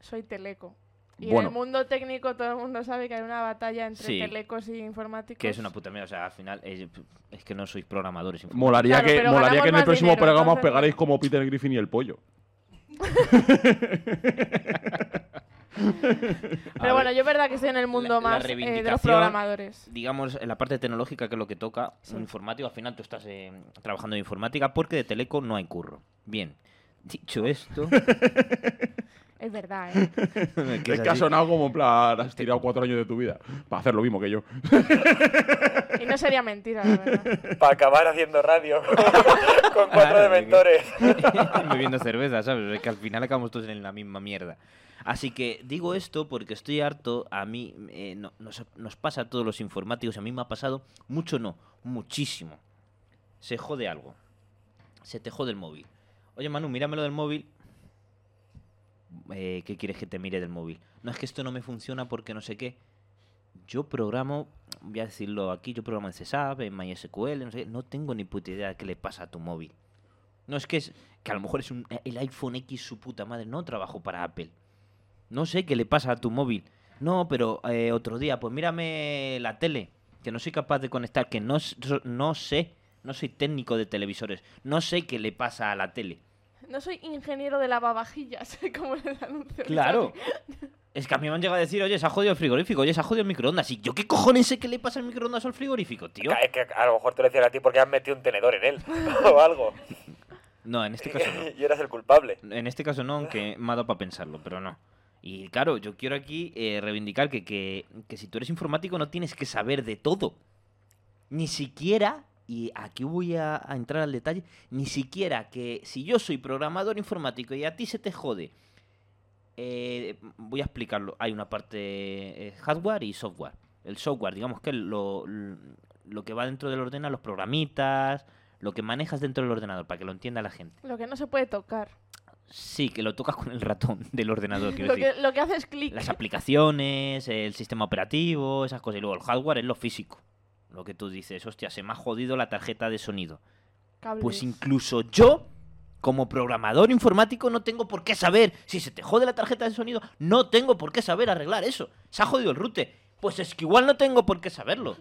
soy teleco. Y Bueno. en el mundo técnico todo el mundo sabe que hay una batalla entre Sí. telecos y informáticos. Que es una puta mierda. O sea, al final eh, es que no sois programadores. informáticos. Molaría Claro, que, pero molaría que en el ganamos más próximo dinero, programa os entonces- pegaréis como Peter Griffin y el pollo. Pero bueno, yo es verdad que estoy en el mundo la más eh, de los reivindicación- programadores. digamos, en la parte tecnológica, que es lo que toca, Sí. un informático, al final tú estás eh, trabajando en informática porque de teleco no hay curro. Bien, dicho esto, Es verdad, ¿eh? que Es es que ha así. sonado como en plan, has tirado cuatro años de tu vida para hacer lo mismo que yo. Y no sería mentira, la verdad. Para acabar haciendo radio con cuatro Claro, dementores. bebiendo cerveza, ¿sabes? Es que al final acabamos todos en la misma mierda. Así que digo esto porque estoy harto, a mí eh, no- nos, nos pasa a todos los informáticos, a mí me ha pasado mucho no, muchísimo. Se jode algo, se te jode el móvil. Oye Manu, míramelo del móvil. Eh, ¿Qué quieres que te mire del móvil? No es que esto no me funciona porque no sé qué. Yo programo, voy a decirlo aquí, yo programo en CSAP, en MySQL, no sé qué. No tengo ni puta idea de qué le pasa a tu móvil. No es que es que a lo mejor es un, eh, el iPhone X su puta madre. No trabajo para Apple. No sé qué le pasa a tu móvil. No, pero eh, otro día, pues mírame la tele, que no soy capaz de conectar, que no, s- no sé, no soy técnico de televisores, no sé qué le pasa a la tele. No soy ingeniero de lavavajillas, como en el anuncio. Claro. Es que a mí me han llegado a decir, oye, se ha jodido el frigorífico, oye, se ha jodido el microondas. ¿Y yo qué cojones sé qué le pasa al microondas o al frigorífico, tío? Es que a lo mejor te lo decían a ti porque has metido un tenedor en él o algo. No, en este caso no. y eras el culpable. En este caso no, aunque me ha dado para pensarlo, pero no. Y claro, yo quiero aquí eh, reivindicar que, que, que si tú eres informático no tienes que saber de todo. Ni siquiera y aquí voy a, a entrar al detalle, ni siquiera que si yo soy programador informático y a ti se te jode, eh, voy a explicarlo, hay una parte eh, hardware y software. El software, digamos que es lo, lo que va dentro del ordenador, los programitas, lo que manejas dentro del ordenador, para que lo entienda la gente. Lo que no se puede tocar. Sí, que lo tocas con el ratón del ordenador, quiero Lo decir. que, lo que hace es clic. Las aplicaciones, el sistema operativo, esas cosas. Y luego el hardware es lo físico. Lo que tú dices, hostia, se me ha jodido la tarjeta de sonido. Cables. Pues incluso yo, como programador informático, no tengo por qué saber. Si se te jode la tarjeta de sonido, no tengo por qué saber arreglar eso. Se ha jodido el router. Pues es que igual no tengo por qué saberlo.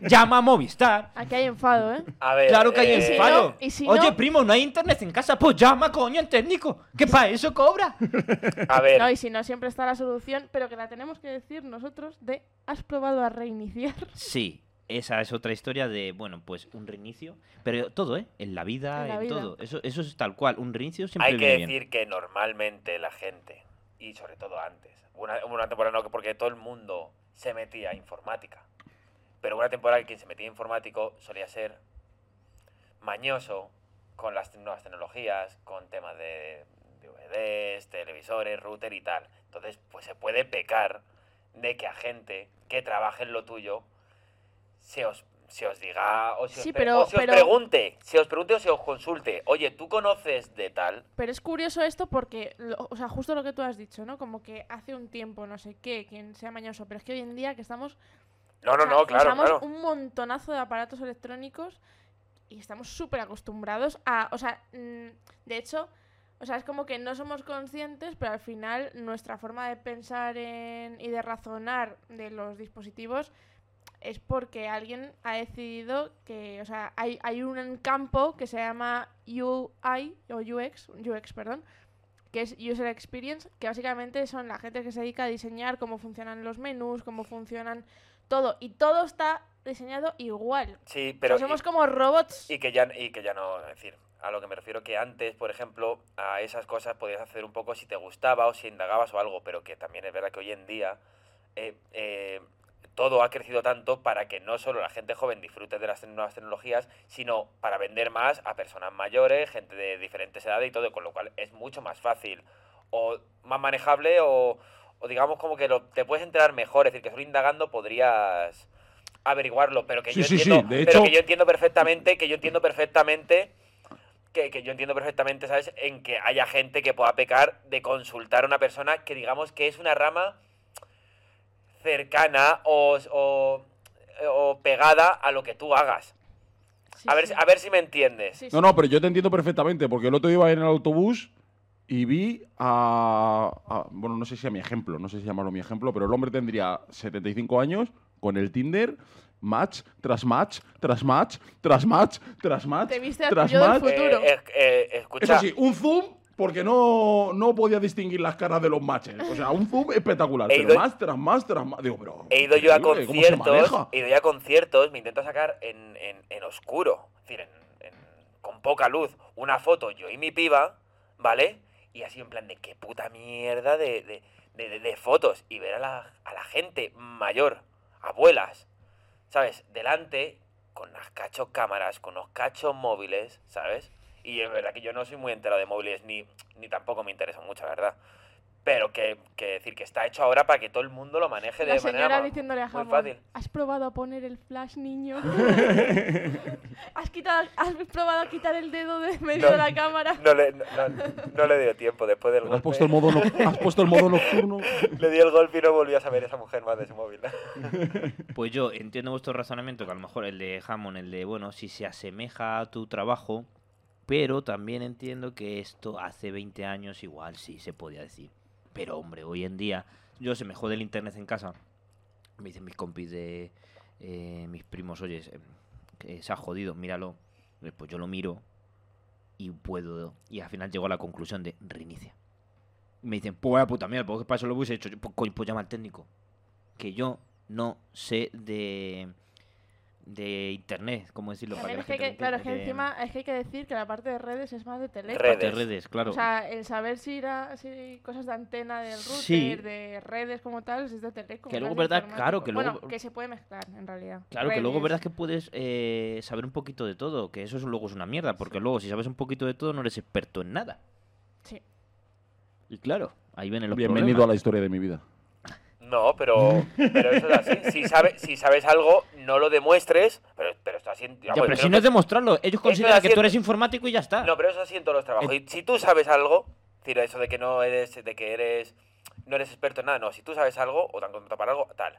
Llama a Movistar. Aquí hay enfado, ¿eh? A ver. Claro que hay si enfado. no? ¿Y si Oye, no? primo, no hay internet en casa. Pues llama, coño, al técnico. ¿Qué para eso cobra? A ver. No, y si no, siempre está la solución, pero que la tenemos que decir nosotros de has probado a reiniciar. Sí, esa es otra historia de, bueno, pues un reinicio. Pero todo, ¿eh? En la vida, En en, la vida. todo. Eso, eso es tal cual. Un reinicio siempre Hay que viene bien. decir que normalmente la gente, y sobre todo antes, hubo una, hubo una temporada no, que porque todo el mundo se metía a informática, pero hubo una temporada que quien se metía a informático solía ser mañoso con las te- nuevas tecnologías, con temas de DVDs, televisores, router y tal. Entonces, pues se puede pecar de que a gente que trabaje en lo tuyo se os, se os diga o se, os, Sí, pre- pero- o se os pero- pregunte, se os pregunte o se os consulte, oye, ¿tú conoces de tal? Pero es curioso esto porque, lo- o sea, justo lo que tú has dicho, ¿no? Como que hace un tiempo, no sé qué, quien sea mañoso, pero es que hoy en día que estamos No, no, O sea, no, claro, usamos claro. un montonazo de aparatos electrónicos y estamos súper acostumbrados a. O sea, mm, de hecho, o sea, es como que no somos conscientes, pero al final nuestra forma de pensar en, y de razonar de los dispositivos es porque alguien ha decidido que, o sea, hay, hay un campo que se llama UI o UX, UX, perdón, que es User Experience, que básicamente son la gente que se dedica a diseñar cómo funcionan los menús, cómo funcionan todo, y todo está diseñado igual. Sí, Pero pero somos como robots. y, y que ya y que ya no, es decir, a lo que me refiero que antes, por ejemplo, a esas cosas podías hacer un poco si te gustaba o si indagabas o algo, pero que también es verdad que hoy en día eh, eh, todo ha crecido tanto para que no solo la gente joven disfrute de las te- nuevas tecnologías, sino para vender más a personas mayores, gente de diferentes edades y todo, con lo cual es mucho más fácil o más manejable o, o digamos como que lo- te puedes enterar mejor, es decir, que solo indagando podrías averiguarlo, pero que Sí, yo sí, sí, entiendo, de pero hecho- que yo entiendo perfectamente, que yo entiendo perfectamente que, que yo entiendo perfectamente, ¿sabes? En que haya gente que pueda pecar de consultar a una persona que digamos que es una rama cercana o, o, o pegada a lo que tú hagas. Sí, a, ver, sí. a ver si me entiendes. Sí, sí. No, no, pero yo te entiendo perfectamente, porque el otro día iba en el autobús y vi a, a- Bueno, no sé si a mi ejemplo, no sé si llamarlo mi ejemplo, pero el hombre tendría 75 años con el Tinder, match tras match, tras match, tras match, tras match. Te viste al tras tuyo del match. futuro. Eh, eh, eh, Eso escucha, sí, un zoom, porque no, no podía distinguir las caras de los matches. O sea, un zoom espectacular. He pero ido- más tras más tras más. Digo, pero. he ido yo a increíble, ¿cómo se conciertos, maneja? he ido yo a conciertos, me intento sacar en, en- en oscuro, es decir, en- en- con poca luz, una foto yo y mi piba, ¿vale? Y así en plan de qué puta mierda de, de- de- de- de fotos y ver a la, a la gente mayor, abuelas, ¿sabes? Delante, con unas cacho cámaras, con unos cachos móviles, ¿sabes? Y es verdad que yo no soy muy entero de móviles, ni, ni tampoco me interesa mucho, la verdad. Pero que, que decir que está hecho ahora para que todo el mundo lo maneje La de manera señora ma- diciéndole a muy Hammond, fácil. ¿has probado a poner el flash, niño? ¿Has, quitado, ¿Has probado a quitar el dedo de medio No. de la cámara? No le, no, no- no le dio tiempo después del Pero ¿Has golpe. puesto, el modo noc- has puesto el modo nocturno. Le dio el golpe y no volví a saber esa mujer más de su móvil. Pues yo entiendo vuestro razonamiento, que a lo mejor el de Hammond, el de, bueno, si se asemeja a tu trabajo, pero también entiendo que esto hace 20 años igual sí se podía decir. Pero hombre, hoy en día, yo se me jode el internet en casa. Me dicen mis compis de eh, mis primos, oye, se, que se ha jodido, míralo. Eh, Pues yo lo miro y puedo. Y al final llego a la conclusión de reinicia. Y me dicen, pues vaya puta mierda, pues para eso lo hubiese hecho. Yo, pues, coño, pues llama al técnico que yo no sé de de internet, como decirlo. También la es que hay gente que- lo claro, es entienda, que de- encima es que hay que decir que la parte de redes es más de teléfono. parte de Redes. redes, claro. O sea, el saber si, ir a- si cosas de antena del router, Sí. de redes como tal, es de teléfono. Que no luego, es de verdad, claro, que informático. Bueno, luego- que se puede mezclar, en realidad. Claro, que luego Redes. verdad es que puedes eh, saber un poquito de todo, que eso es- luego es una mierda, porque luego si sabes un poquito de todo no eres experto en nada. Sí. Y claro, ahí vienen los Bienvenido a la historia de mi vida. No, pero, pero eso es así. Si, sabe- si sabes algo, no lo demuestres, pero, pero está así en- Ya, vamos, pero si pues, creo no es que- demostrarlo, ellos Eso es consideran que tú haciendo- eres informático y ya está. no, pero eso así en todos los trabajos. Eh, Y si tú sabes algo, es decir, eso de que no eres, de que eres, no eres experto en nada, no, si tú sabes algo, o te han contratado para algo, tal.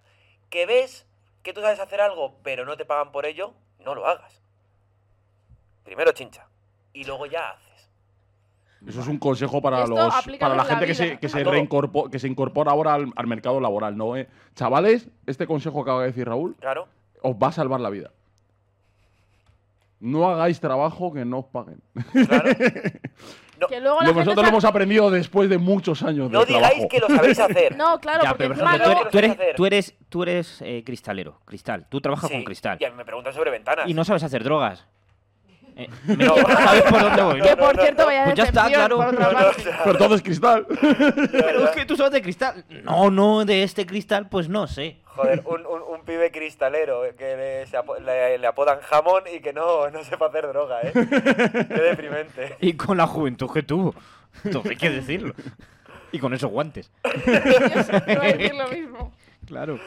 Que ves que tú sabes hacer algo, pero no te pagan por ello, no lo hagas. Primero chincha. Y luego ya haces. Eso es un consejo para Esto los aplícalo para la en la gente que vida. se, que, se A todo. reincorpo- que se incorpora ahora al, al mercado laboral, ¿no? eh? Chavales, este consejo que acaba de decir Raúl Claro. os va a salvar la vida. No hagáis trabajo que no os paguen. Claro. No, Que luego la Lo- gente nosotros lo sa- hemos aprendido después de muchos años no de digáis trabajo. que lo sabéis hacer. No, claro, Ya, porque pero por encima ejemplo, luego- tú eres, luego- tú eres, tú eres, tú eres, eh, cristalero, cristal, tú trabajas Sí, con cristal Y a mí me preguntan sobre ventanas. y no sabes hacer drogas. Eh, me- No. ¿Sabes por dónde voy? No, Que no, por no, cierto, no. vaya Pues ya está, decepción claro. por No, otra no, parte. o sea, Pero todo es cristal. Pero es que tú sabes de cristal. No, no, de este cristal, pues no sé. Joder, un, un, un pibe cristalero eh, que le, se apo- le- le apodan jamón y que no, no sepa hacer droga, ¿eh? Qué deprimente. Y con la juventud que tuvo. Entonces hay que decirlo. Y con esos guantes. Yo sé, iba a decir lo mismo. Claro.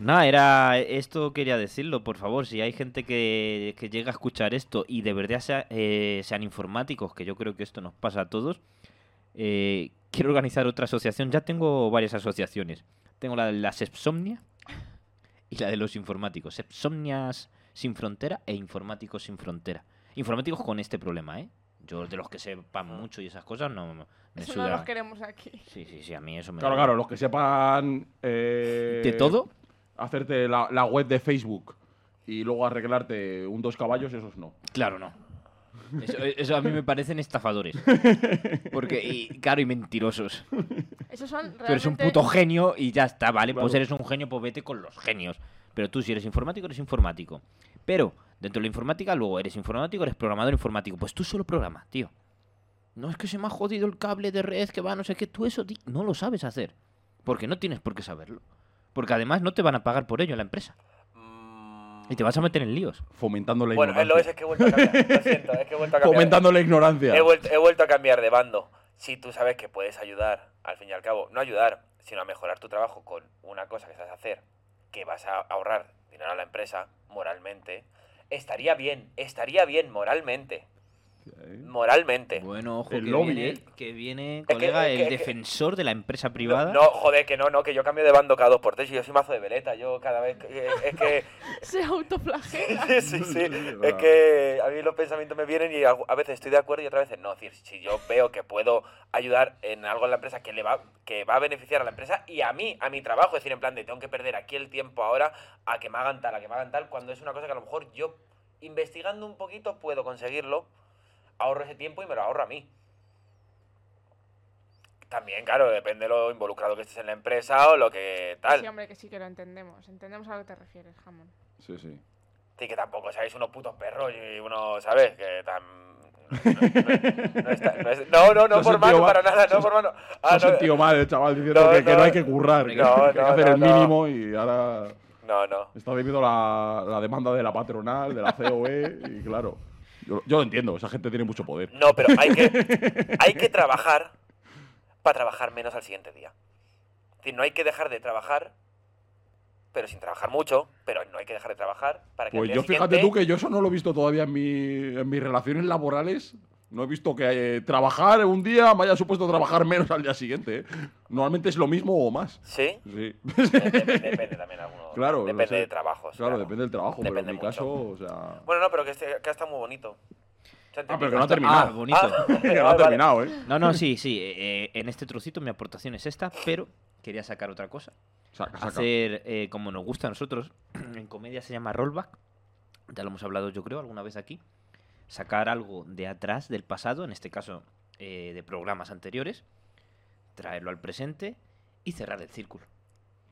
Nada, era. Esto quería decirlo, por favor. Si hay gente que, que llega a escuchar esto y de verdad sea- eh, sean informáticos, que yo creo que esto nos pasa a todos, eh, quiero organizar otra asociación. Ya tengo varias asociaciones. Tengo la de la Sepsomnia y la de los informáticos. Sepsomnias sin frontera e informáticos sin frontera. Informáticos con este problema, ¿eh? Yo de los que sepan mucho y esas cosas no me me Eso no suda. los queremos aquí. Sí, sí, sí, a mí eso me Claro, da- claro, los que sepan. eh, ¿De todo? Hacerte la, la web de Facebook y luego arreglarte un dos caballos, esos no. Claro, no. Eso, eso a mí me parecen estafadores. Porque, y, claro, y mentirosos. Esos son realmente... Tú eres un puto genio y ya está, ¿vale? Pues Claro. eres un genio, pues vete con los genios. Pero tú, si eres informático, eres informático. Pero, dentro de la informática, luego eres informático, eres programador informático. Pues tú solo programas, tío. No es que se me ha jodido el cable de red que va, no sé qué. Tú eso di- no lo sabes hacer. Porque no tienes por qué saberlo. Porque además no te van a pagar por ello en la empresa. Y te vas a meter en líos. Fomentando la Bueno, es lo es, ignorancia. es que he vuelto a cambiar. Lo siento, es que he vuelto a cambiar. Fomentando la ignorancia. He vuelto, he vuelto a cambiar de bando. Si tú sabes que puedes ayudar, al fin y al cabo, no ayudar, sino a mejorar tu trabajo con una cosa que sabes hacer, que vas a ahorrar dinero a la empresa, moralmente, estaría bien, estaría bien moralmente. ¿eh? Moralmente. Bueno, ojo, El que, lobby, viene, ¿eh? que viene, que- colega, es que- el es que- defensor de la empresa No, privada. No, joder, que no, no, que yo cambio de bando cada dos por tres y yo soy mazo de veleta. Yo cada vez. que- eh, es que. Se autoflagela. sí, sí, sí. Es que a mí los pensamientos me vienen y algu- a veces estoy de acuerdo y otras veces no. Es decir, si yo veo que puedo ayudar en algo en la empresa que le va que va a beneficiar a la empresa y a mí, a mi trabajo, es decir, en plan de tengo que perder aquí el tiempo ahora a que me hagan tal, a que me hagan tal, cuando es una cosa que a lo mejor yo investigando un poquito puedo conseguirlo, ahorro ese tiempo y me lo ahorro a mí. También, claro, depende de lo involucrado que estés en la empresa o lo que tal. Sí, hombre, que sí que lo entendemos. Entendemos a lo que te refieres, Jamón. Sí, sí. Sí, que tampoco seáis unos putos perros y uno, ¿sabes? Que tan... No, no, no está- no es- no, no, no, Se ha por mano, sentido mal. para nada, no por mano. Se Ah, ha no, sentido mal el chaval diciendo No, que, que no no. hay que currar, que, No, hay que no, hacer no, el no. mínimo y ahora no, no. está debido la, la demanda de la patronal, de la COE y claro. Yo, yo lo entiendo, esa gente tiene mucho poder. No, pero hay que, hay que trabajar para trabajar menos al siguiente día. Es decir, no hay que dejar de trabajar, pero sin trabajar mucho, pero no hay que dejar de trabajar para que al Pues día yo fíjate siguiente- tú que yo eso no lo he visto todavía en, mi- en mis relaciones laborales. No he visto que eh, trabajar un día me haya supuesto trabajar menos al día siguiente. ¿eh? Normalmente es lo mismo o más. Sí, Sí. depende, depende también alguno. Claro, lo depende sé. de trabajos. Claro, depende del trabajo, pero en Depende mi mucho. caso, o sea. Bueno, no, pero que, este, que ha estado muy bonito. Se Ah, pero que no ha entendido. Ah, terminado. bonito. Ah, Que no ha vale, vale. terminado, ¿eh? No, no, sí, sí. eh, eh, en este trocito mi aportación es esta, pero quería sacar otra cosa. Saca, saca. Hacer eh, como nos gusta a nosotros. En comedia se llama rollback. Ya lo hemos hablado, yo creo, alguna vez aquí. Sacar algo de atrás del pasado, en este caso eh, de programas anteriores, traerlo al presente y cerrar el círculo.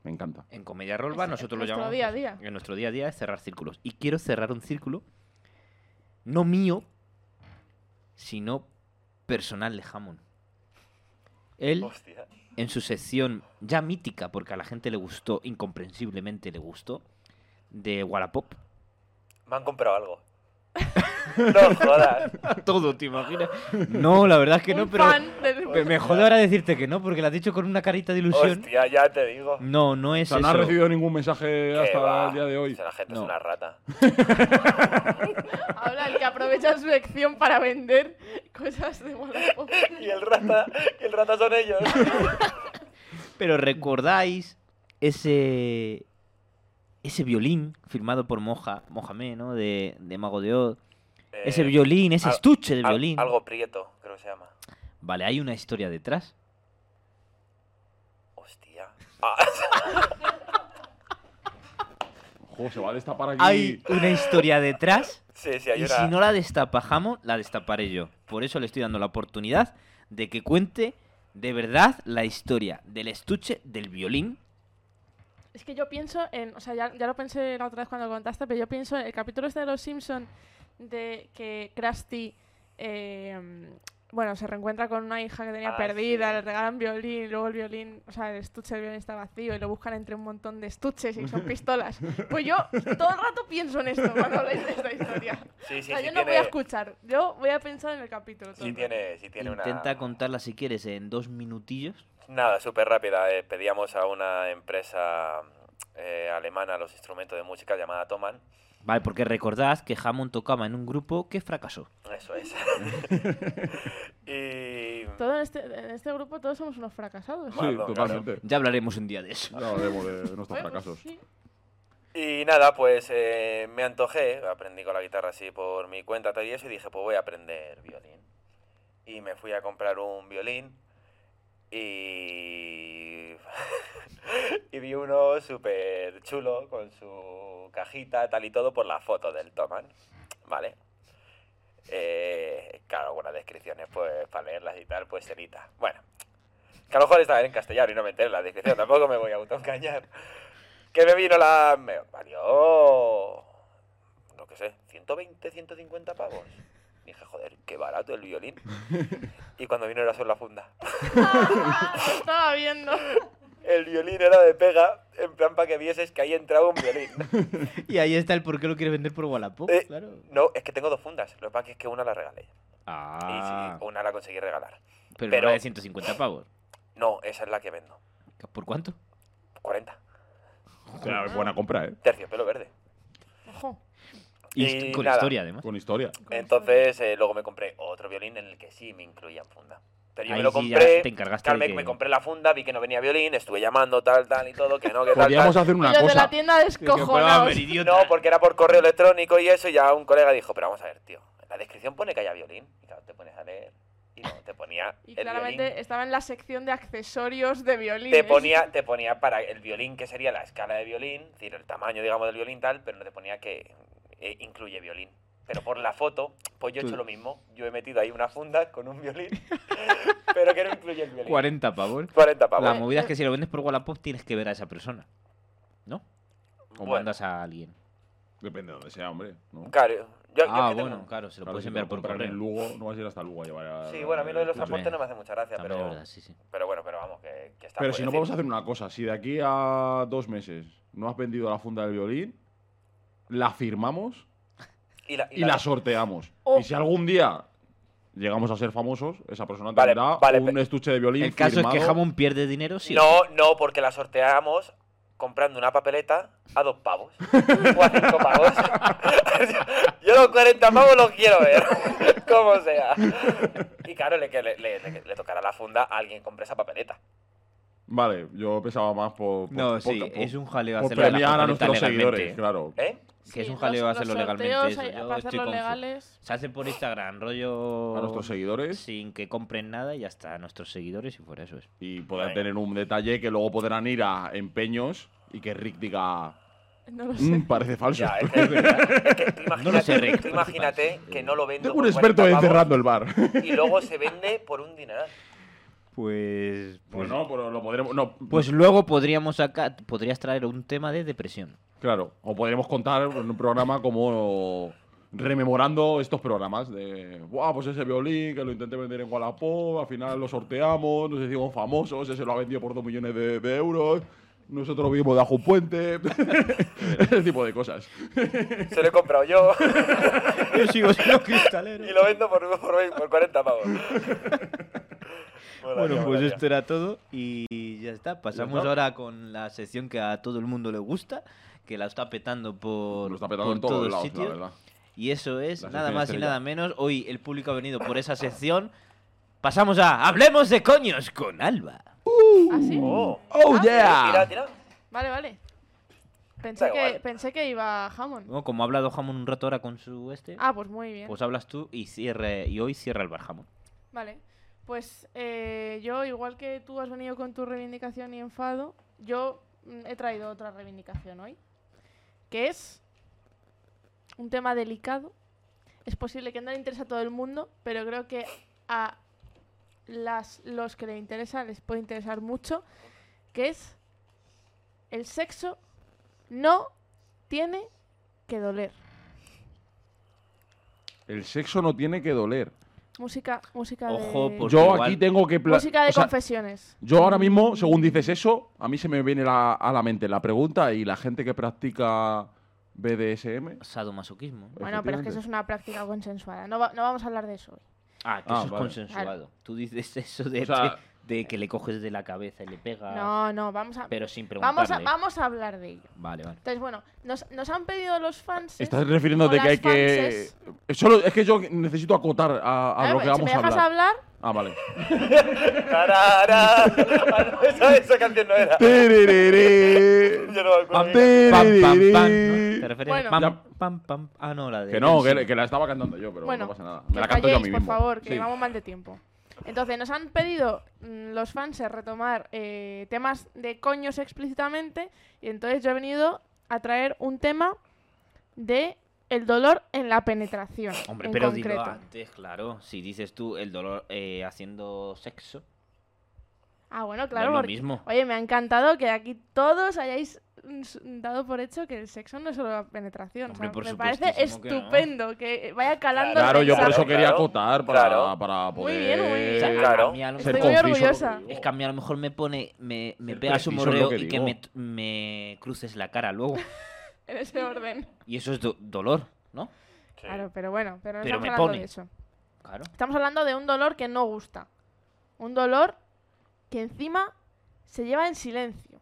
Me encanta. En comedia rolva Es nosotros lo nuestro llamamos... día a día. En nuestro día a día es cerrar círculos. Y quiero cerrar un círculo, no mío, sino personal de Hammond. Él... Hostia. en su sección ya mítica, porque a la gente le gustó, incomprensiblemente le gustó, de Wallapop. Me han comprado algo. no jodas. Todo, ¿te imaginas? No, la verdad es que Un no, pero fan del- pero me jode ahora decirte que no, porque lo has dicho con una carita de ilusión. Hostia, ya te digo. No, no O es sea, no has eso. recibido ningún mensaje Que hasta va. el día de hoy. Esa gente No. es una rata. Habla el que aprovecha su lección para vender cosas de Wallapop. Y el rata, y el rata son ellos. Pero recordáis ese ese violín firmado por Moja, Mohamed, ¿no? De, de Mago de Oz. Ese Eh, violín, ese al- estuche de al- violín. algo prieto, creo que se llama. Vale, hay una historia detrás. Hostia. Ah, Ojo, se va a destapar aquí. Hay una historia detrás. sí, sí, hay Y una. si no la destapa Hammond, la destaparé yo. Por eso le estoy dando la oportunidad de que cuente de verdad la historia del estuche del violín. Es que yo pienso en, o sea, ya, ya lo pensé la otra vez cuando contaste, pero yo pienso en el capítulo este de Los Simpson de que Krusty, eh, mm, bueno, se reencuentra con una hija que tenía Ah, perdida, sí. le regalan violín, y luego el violín, o sea, el estuche del violín está vacío y lo buscan entre un montón de estuches y son pistolas. Pues yo todo el rato pienso en esto cuando habláis de esta historia. Sí, sí, o sea, sí Ah, yo no tiene- voy a escuchar, yo voy a pensar en el capítulo. todo Sí el tiene, sí tiene una. Intenta contarla si quieres en dos minutillos. Nada, súper rápida. eh, pedíamos a una empresa eh, alemana los instrumentos de música llamada Toman. Vale, porque recordad que Hammond tocaba en un grupo que fracasó. Eso es. y. rato. Todo en este, en este grupo todos somos unos fracasados. Sí, Claro, totalmente. Ya hablaremos un día de eso. Ya hablaremos de nuestros Bueno, fracasos. Pues sí. Y nada, pues eh, me antojé, aprendí con la guitarra así por mi cuenta tal y eso, y dije, pues voy a aprender violín. Y me fui a comprar un violín y... y vi uno súper chulo con su cajita tal y todo por la foto del Toman, ¿vale? Eh, claro, algunas descripciones pues para leerlas y tal, pues cerita. Bueno, que a lo mejor estaba en castellano y no me enteré en la descripción, tampoco me voy a autoengañar. Que me vino la. Me valió. No que sé, 120, 150 pavos. Dije, joder, qué barato el violín. Y cuando vino era solo la funda. Ah, Estaba viendo. El violín era de pega, en plan para que vieses que ahí entraba un violín. Y ahí está el por qué lo quieres vender por Wallapop, Eh, claro. No, es que tengo dos fundas. Lo que pasa es que una la regalé. Ah, Y sí, una la conseguí regalar. pero, pero- no vale 150 pavos. No, esa es la que vendo. ¿Por cuánto? 40. Claro, buena compra, ¿eh? Terciopelo verde. Ojo. Y, Y con Eh, nada. historia, además. Con historia. Entonces, eh, luego me compré otro violín en el que sí me incluían funda. Pero yo me Ahí lo sí ya compré. te encargaste de Carmen, que- me compré la funda, vi que no venía violín, estuve llamando, tal, tal y todo, que no, que tal, Podríamos tal. hacer Y una los de la cosa. tienda descojonados. No, porque era por correo electrónico y eso, y ya un colega dijo, pero vamos a ver, tío, en la descripción pone que haya violín. Y claro, te pones a leer y no, te ponía Y el claramente violín. estaba en la sección de accesorios de violín. Te ponía, te ponía para el violín, que sería la escala de violín, es decir, el tamaño, digamos, del violín tal, pero no te ponía que eh, incluye violín. Pero por la foto, pues yo he Tú- hecho lo mismo. Yo he metido ahí una funda con un violín, pero que no incluye el violín. 40 pavos. 40 La pavos. mo- movida es que si lo vendes por Wallapop tienes que ver a esa persona. ¿No? O Bueno. mandas a alguien. Depende de donde sea, hombre. ¿no? Claro, yo- yo, es ah, que tengo- bueno, claro, se lo Claro, puedes si enviar te por lo compran correo. en Lugo, no vas a ir hasta Lugo a llevar a- Sí, bueno, a mí lo de los También. transportes no me hace mucha gracia, También pero, es verdad, sí, sí. pero bueno, pero vamos, que, que está Pero por si no, decir. vamos a hacer una cosa. Si de aquí a dos meses no has vendido la funda del violín, la firmamos Y la, y y la- la sorteamos. Oh. Y si algún día llegamos a ser famosos, esa persona Vale, tendrá vale, un pe- estuche de violín El caso es que firmado. Hammond pierde dinero, sí. o sí? No, no, porque la sorteamos comprando una papeleta a dos pavos. o a cinco pavos. Yo los 40 pavos los quiero ver. como sea. Y claro, le, que le, le- le- le tocará la funda a alguien que compre esa papeleta. Vale, yo pensaba más por. por- No, por- sí, por- es un jaleo por hacerlo de la premiar a papeleta nuestros legalmente, seguidores, ¿eh? claro. ¿Eh? Que es un jaleo los- hacerlo los legalmente, sorteos eso, hay- yo para estoy hacerlos confu- legales. Se hace por Instagram, rollo. A nuestros seguidores. Sin que compren nada y hasta a nuestros seguidores y fuera eso es. Y podrán Venga. tener un detalle que luego podrán ir a empeños y que Rick diga. No lo sé. "Mm, parece falso. Ya, es que, es que tú No lo sé, imagínate, Rick. tú imagínate que no lo vendo. Tengo un por experto 40 pavos encerrando el bar. Y luego se vende por un dineral. pues. pues Bueno, pero lo podremos. No, Pues luego podríamos sacar, podrías traer un tema de depresión. Claro, o podríamos contar en un programa como rememorando estos programas de, wow, pues ese violín que lo intenté vender en Wallapop, al final lo sorteamos, nos hicimos famosos, ese lo ha vendido por dos millones de, de euros, nosotros vimos de un puente, ese tipo de cosas. Se lo he comprado yo Yo sigo siendo y cristalero. lo vendo por, por, por 40 pavos. Molaría, Bueno, pues molaría. esto era todo y ya está. Pasamos está. ahora con la sección que a todo el mundo le gusta, que la está petando por, Lo está petando por en todos todos lados, sitios. la verdad. Y eso es La nada sección más estrella. y nada menos. Hoy el público ha venido por esa sección. Pasamos a Hablemos de coños con Alba. ¿Así? Oh. ¡Oh, Ah, Tira, yeah! tira. Vale, vale. Pensé Da igual. que, pensé que iba Hammond. Bueno, como ha hablado Jamón un rato ahora con su este, Ah, pues muy bien. pues hablas tú y cierre y hoy cierra el bar Jamón. Vale. Pues eh, yo, igual que tú has venido con tu reivindicación y enfado, yo mm, he traído otra reivindicación hoy. Que es un tema delicado. Es posible que no le interese a todo el mundo, pero creo que a las, los que le interesa les puede interesar mucho. Que es el sexo no tiene que doler. El sexo no tiene que doler. Música, música Ojo, de... por- Porque Yo igual- aquí tengo que... pla- música de o sea, confesiones. Yo ahora mismo, según dices eso, a mí se me viene la- a la mente la pregunta y la gente que practica BDSM... Sadomasoquismo. Bueno, pero es que eso es una práctica consensuada. No, va- no vamos a hablar de eso hoy. Ah, que Ah, vale. eso es consensuado. Tú dices eso de, O sea- de, de que le coges de la cabeza y le Ah. pegas, No, no, vamos a, pero sin preguntarle. vamos a, vamos a hablar de ello. Vale, vale. Entonces, bueno, nos, nos han pedido los fans. Eh, Estás refiriéndote o que hay las que. Solo, es que yo necesito acotar a, a ah, lo que si vamos me a dejas hablar. hablar, Ah, vale. Tarara. Ah, no, esa, esa canción no era. Tererere. Yo no me acuerdo. Pam, bien. pam, pam, Tererere. pam, ¿no? ¿Te refieres? Bueno. Pam, Ya. pam, pam. Ah, no, la de. Que no, Hanson. que, que la estaba cantando yo, pero bueno, no pasa nada. que Me la canto yo a mí calléis, mismo. por favor, que Sí. llevamos mal de tiempo. Entonces, nos han pedido mm, los fans a retomar eh, temas de coños explícitamente. Y entonces yo he venido a traer un tema de el dolor en la penetración. Hombre, en pero dilo concreto. ah, antes, claro. Si dices tú el dolor eh, haciendo sexo, Ah, bueno, claro, claro, es lo porque- mismo. Oye, me ha encantado que aquí todos hayáis mm, s- dado por hecho que el sexo no es solo la penetración. Hombre, o sea, por me parece supuestísimo que no. estupendo que vaya calando. Claro, el yo por mensaje. eso Claro, quería claro. acotar para, Claro. para Muy poder. bien, muy bien. O sea, claro. a mí a lo Ser Estoy mejor- muy conciso. orgullosa. Es que a mí a lo mejor me pone. Me, me Ser pegas un preciso es lo morreo que y que me, digo. me cruces la cara luego. En ese orden. Y eso es do- dolor, ¿no? Sí. Claro, pero bueno, pero no Pero estamos me hablando pone. de eso. Claro. Estamos hablando de un dolor que no gusta. Un dolor que encima se lleva en silencio.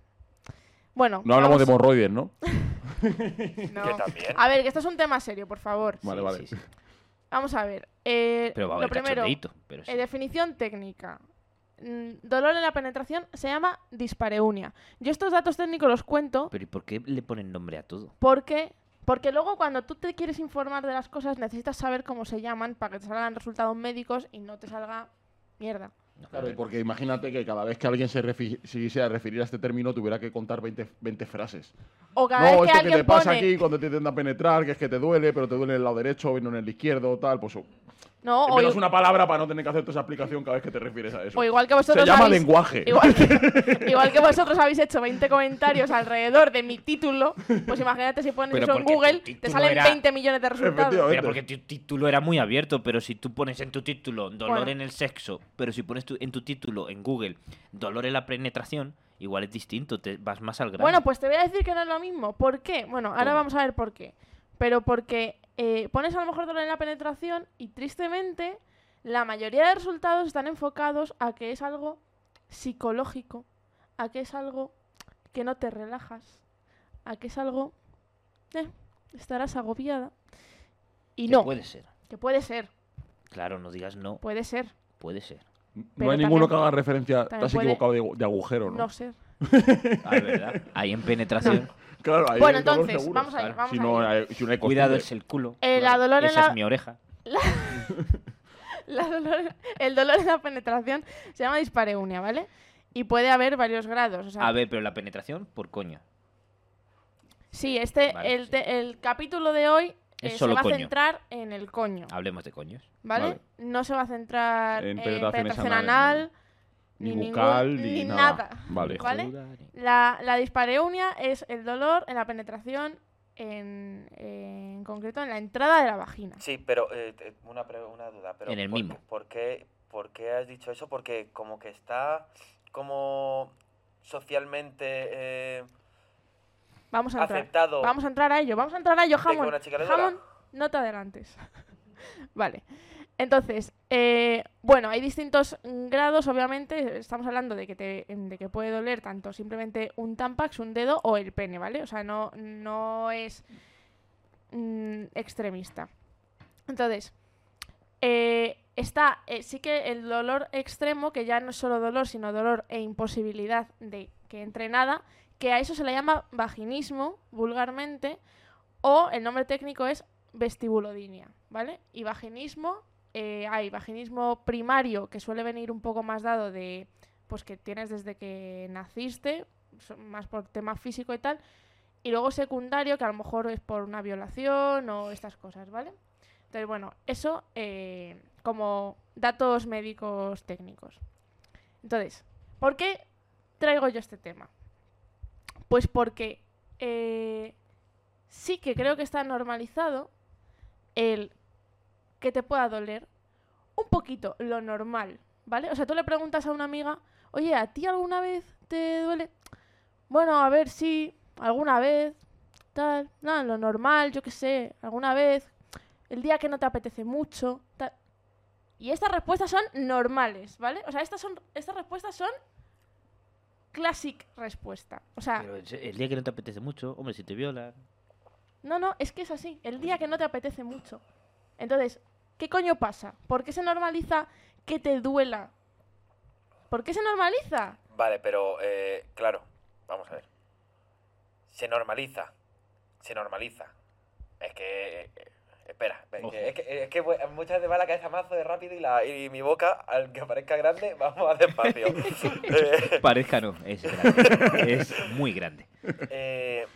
Bueno, No hablamos de vamos- hemorroides, ¿no? no. Yo también. A ver, que esto es un tema serio, por favor. Vale, Sí, vale. sí, sí. Vamos a ver. eh, Pero va a lo haber primero, cachondeíto, pero sí. Eh, definición técnica. Mm, Dolor en la penetración se llama dispareunia. Yo estos datos técnicos los cuento Pero ¿y por qué le ponen nombre a todo? porque, porque luego cuando tú te quieres informar de las cosas necesitas saber cómo se llaman para que te salgan resultados médicos y no te salga mierda. No, Claro, y pero- porque imagínate que cada vez que alguien se refi- si quisiera referir a este término tuviera que contar 20, 20 frases. O cada no, vez que esto que, alguien te pasa pone... aquí cuando te intentan penetrar, que es que te duele, pero te duele en el lado derecho y no en el izquierdo, tal, pues No, Al o, menos i- una palabra para no tener que hacer toda esa explicación cada vez que te refieres a eso. o igual que Se vosotros llama habéis... lenguaje. Igual que, igual que vosotros habéis hecho 20 comentarios alrededor de mi título, pues imagínate si pones Pero eso en porque tu Google, te título salen era- 20 millones de resultados. Efectivamente. Pero porque tu título era muy abierto, pero si tú pones en tu título dolor Bueno. en el sexo, pero si pones tu- en tu título en Google dolor en la penetración, igual es distinto, te vas más al grano. Bueno, pues te voy a decir que no es lo mismo. ¿Por qué? Bueno, ahora Toma. vamos a ver por qué. Pero porque eh, pones a lo mejor dolor en la penetración y tristemente la mayoría de resultados están enfocados a que es algo psicológico, a que es algo que no te relajas, a que es algo... eh, estarás agobiada. Y Que no, Pues Puede ser. que puede ser, Claro, no digas no, puede ser, puede ser. no pero hay ninguno también- que haga referencia, te también has puede- equivocado de, de agujero, no, ¿no? ser. Ah, es verdad. Ahí en penetración. Claro, ahí Bueno, el dolor entonces, seguro. vamos a ir, vamos si a no ir. hay- si no hay Cuidado costumbre. es el culo. Eh, la dolor en Esa la- es mi oreja. La dolor- el dolor en la penetración se llama dispareunia, ¿vale? Y puede haber varios grados. O sea, A ver, pero la penetración, por coño. Sí, este, Vale, el, sí. te- el capítulo de hoy eh, Es se solo va coño. Ah, a centrar en el coño, Hablemos de coños. ¿vale? Vale. No se va a centrar En en, penetraciones penetración anales, anal, Ni, ningún- bucal, ni, ni nada. nada. Vale. ¿Vale? La, la dispareunia es el dolor en la penetración, en, en concreto en la entrada de la vagina. Sí, pero eh, te- una, pre- una duda. Pero En el ¿por, mimo. ¿por qué, ¿Por qué has dicho eso? Porque como que está como socialmente eh, Vamos a entrar. aceptado Vamos a entrar a ello, vamos a entrar a ello, de que jamón. una chica le duela. Jamón, no te adelantes. vale. Entonces, eh, bueno, hay distintos grados, obviamente. Estamos hablando de que, te, de que puede doler tanto simplemente un tampax, un dedo o el pene, ¿vale? O sea, no, no es mm, extremista. Entonces, eh, está, eh, sí que el dolor extremo, que ya no es solo dolor, sino dolor e imposibilidad de que entre nada, que a eso se le llama vaginismo, vulgarmente, o el nombre técnico es vestibulodinia, ¿vale? Y vaginismo, eh, hay vaginismo primario, que suele venir un poco más dado de, pues que tienes desde que naciste, so- más por tema físico y tal, y luego secundario, que a lo mejor es por una violación o estas cosas, ¿vale? Entonces, bueno, eso eh, como datos médicos técnicos. Entonces, ¿por qué traigo yo este tema? Pues porque eh, sí que creo que está normalizado el que te pueda doler un poquito lo normal, ¿vale? O sea, tú le preguntas a una amiga, oye, ¿a ti alguna vez te duele? Bueno, a ver si alguna vez, tal, nada, lo normal, yo qué sé, alguna vez, el día que no te apetece mucho, tal. Y estas respuestas son normales, ¿vale? O sea, estas, son, estas respuestas son classic respuesta. O sea, Pero el- el día que no te apetece mucho, hombre, si te violan. no, no, es que es así. El día que no te apetece mucho. Entonces, ¿qué coño pasa? ¿Por qué se normaliza que te duela? ¿Por qué se normaliza? Vale, pero eh, claro, vamos a ver. Se normaliza. Se normaliza. Es que. eh, espera, es Ojo. que, es que, es que voy- muchas veces va la cabeza mazo de rápido y, la, y mi boca, al que aparezca grande, vamos a despacio. Eh, Parezca no, es grande. es muy grande. eh,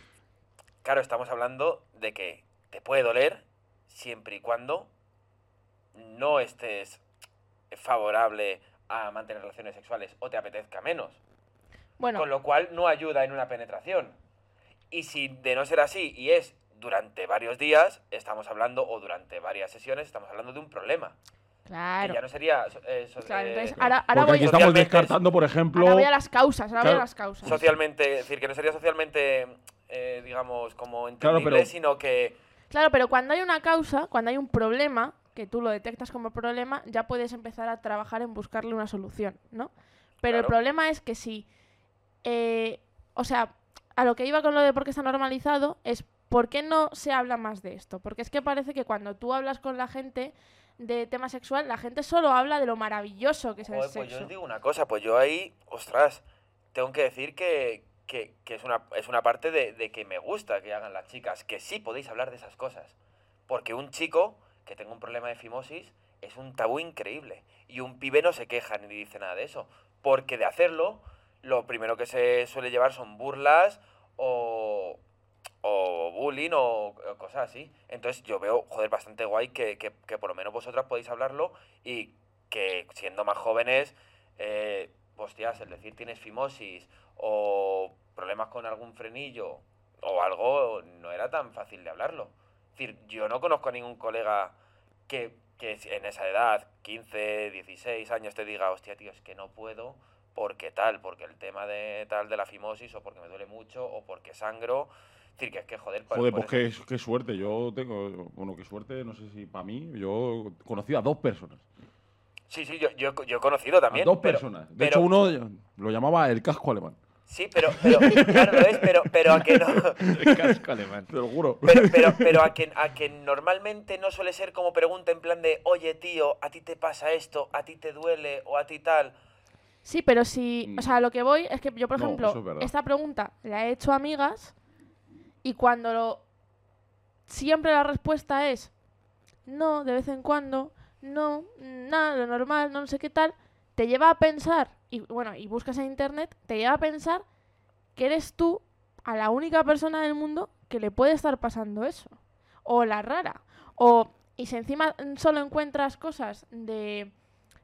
claro, estamos hablando de que te puede doler siempre y cuando no estés favorable a mantener relaciones sexuales o te apetezca menos. Bueno, Con lo cual no ayuda en una penetración. Y si de no ser así y es durante varios días, estamos hablando, o durante varias sesiones, estamos hablando de un problema. Que ya claro. no sería so- eh, so- Claro, eh, entonces ahora, ahora Porque voy, aquí estamos Socialmente es- descartando, por ejemplo. ahora voy a las causas, ahora voy Claro. a las causas. socialmente, es decir, que no sería socialmente, eh, digamos, como pero- entendible, sino que... Claro, pero cuando hay una causa, cuando hay un problema, que tú lo detectas como problema, ya puedes empezar a trabajar en buscarle una solución, ¿no? Pero el Claro. problema es que si, eh, o sea, a lo que iba con lo de por qué está normalizado es por qué no se habla más de esto. Porque es que parece que cuando tú hablas con la gente de tema sexual, la gente solo habla de lo maravilloso que es el Joder, pues yo sexo. os digo una cosa, pues yo ahí, ostras, tengo que decir que, que- que es, una, es una parte de, de que me gusta que hagan las chicas, que sí podéis hablar de esas cosas. Porque un chico que tenga un problema de fimosis es un tabú increíble. Y un pibe no se queja ni dice nada de eso. Porque de hacerlo, lo primero que se suele llevar son burlas o, o bullying o, o cosas así. Entonces yo veo, joder, bastante guay que, que- que por lo menos vosotras podéis hablarlo y que siendo más jóvenes, eh, hostias, es decir, tienes fimosis o problemas con algún frenillo o algo, no era tan fácil de hablarlo. Es decir, yo no conozco a ningún colega que, que si en esa edad, 15, 16 años, te diga, hostia, tío, es que no puedo porque tal, porque el tema de tal de la fimosis o porque me duele mucho o porque sangro. Es decir, que es que joder, por- Joder, por pues eso- qué, qué suerte. Yo tengo. Bueno, qué suerte, no sé si para mí. Yo conocí a dos personas. Sí, sí, yo, yo, yo he conocido también. a dos pero- personas. De pero- hecho, uno lo llamaba el casco alemán. Sí, pero, pero claro, lo es, pero, pero a que no. Casco alemán. Te lo juro. Pero, pero, pero a que, a que normalmente no suele ser como pregunta en plan de, oye tío, a ti te pasa esto, a ti te duele o a ti tal. Sí, pero si. O Mm. sea, a lo que voy es que yo, por No, ejemplo, eso es verdad. esta pregunta la he hecho a amigas y cuando lo. Siempre la respuesta es no, de vez en cuando, no, mm, nada, lo normal, no sé qué tal. Te lleva a pensar, y bueno, y buscas en internet, te lleva a pensar que eres tú a la única persona del mundo que le puede estar pasando eso. O la rara. O. Y si encima mm, solo encuentras cosas de.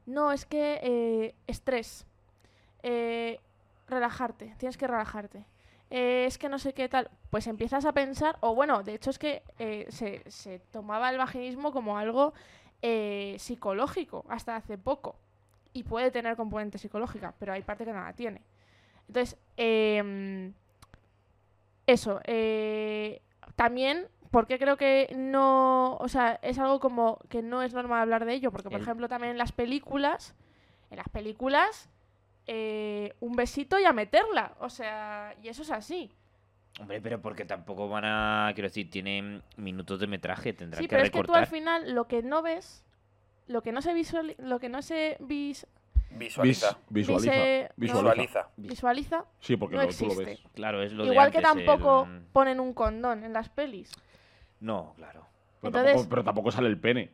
No, es que eh, estrés. eh, relajarte, tienes que relajarte. Eh, es que no sé qué tal. Pues empiezas a pensar, o bueno, de hecho es que eh, se, se tomaba el vaginismo como algo eh, psicológico hasta hace poco. Y puede tener componente psicológica, pero hay parte que no la tiene. Entonces, em, eso. eh, también, porque creo que no. O sea, es algo como que no es normal hablar de ello, porque por El- ejemplo, también en las películas. En las películas. eh, un besito y a meterla. O sea, y eso es así. Hombre, pero porque tampoco van a. Quiero decir, tienen minutos de metraje, tendrán Sí, que pero es que tú recortar. al final lo que no ves, lo que no se visualiza, lo que no se vis- Vis- Visualiza. visualiza, Dice- visualiza. Visualiza. visualiza, Sí, porque no lo- tú lo existe. ves. Claro, es lo de igual que antes, el- tampoco ponen un condón en las pelis. No, claro. Pero, Entonces- tampoco, pero tampoco sale el pene.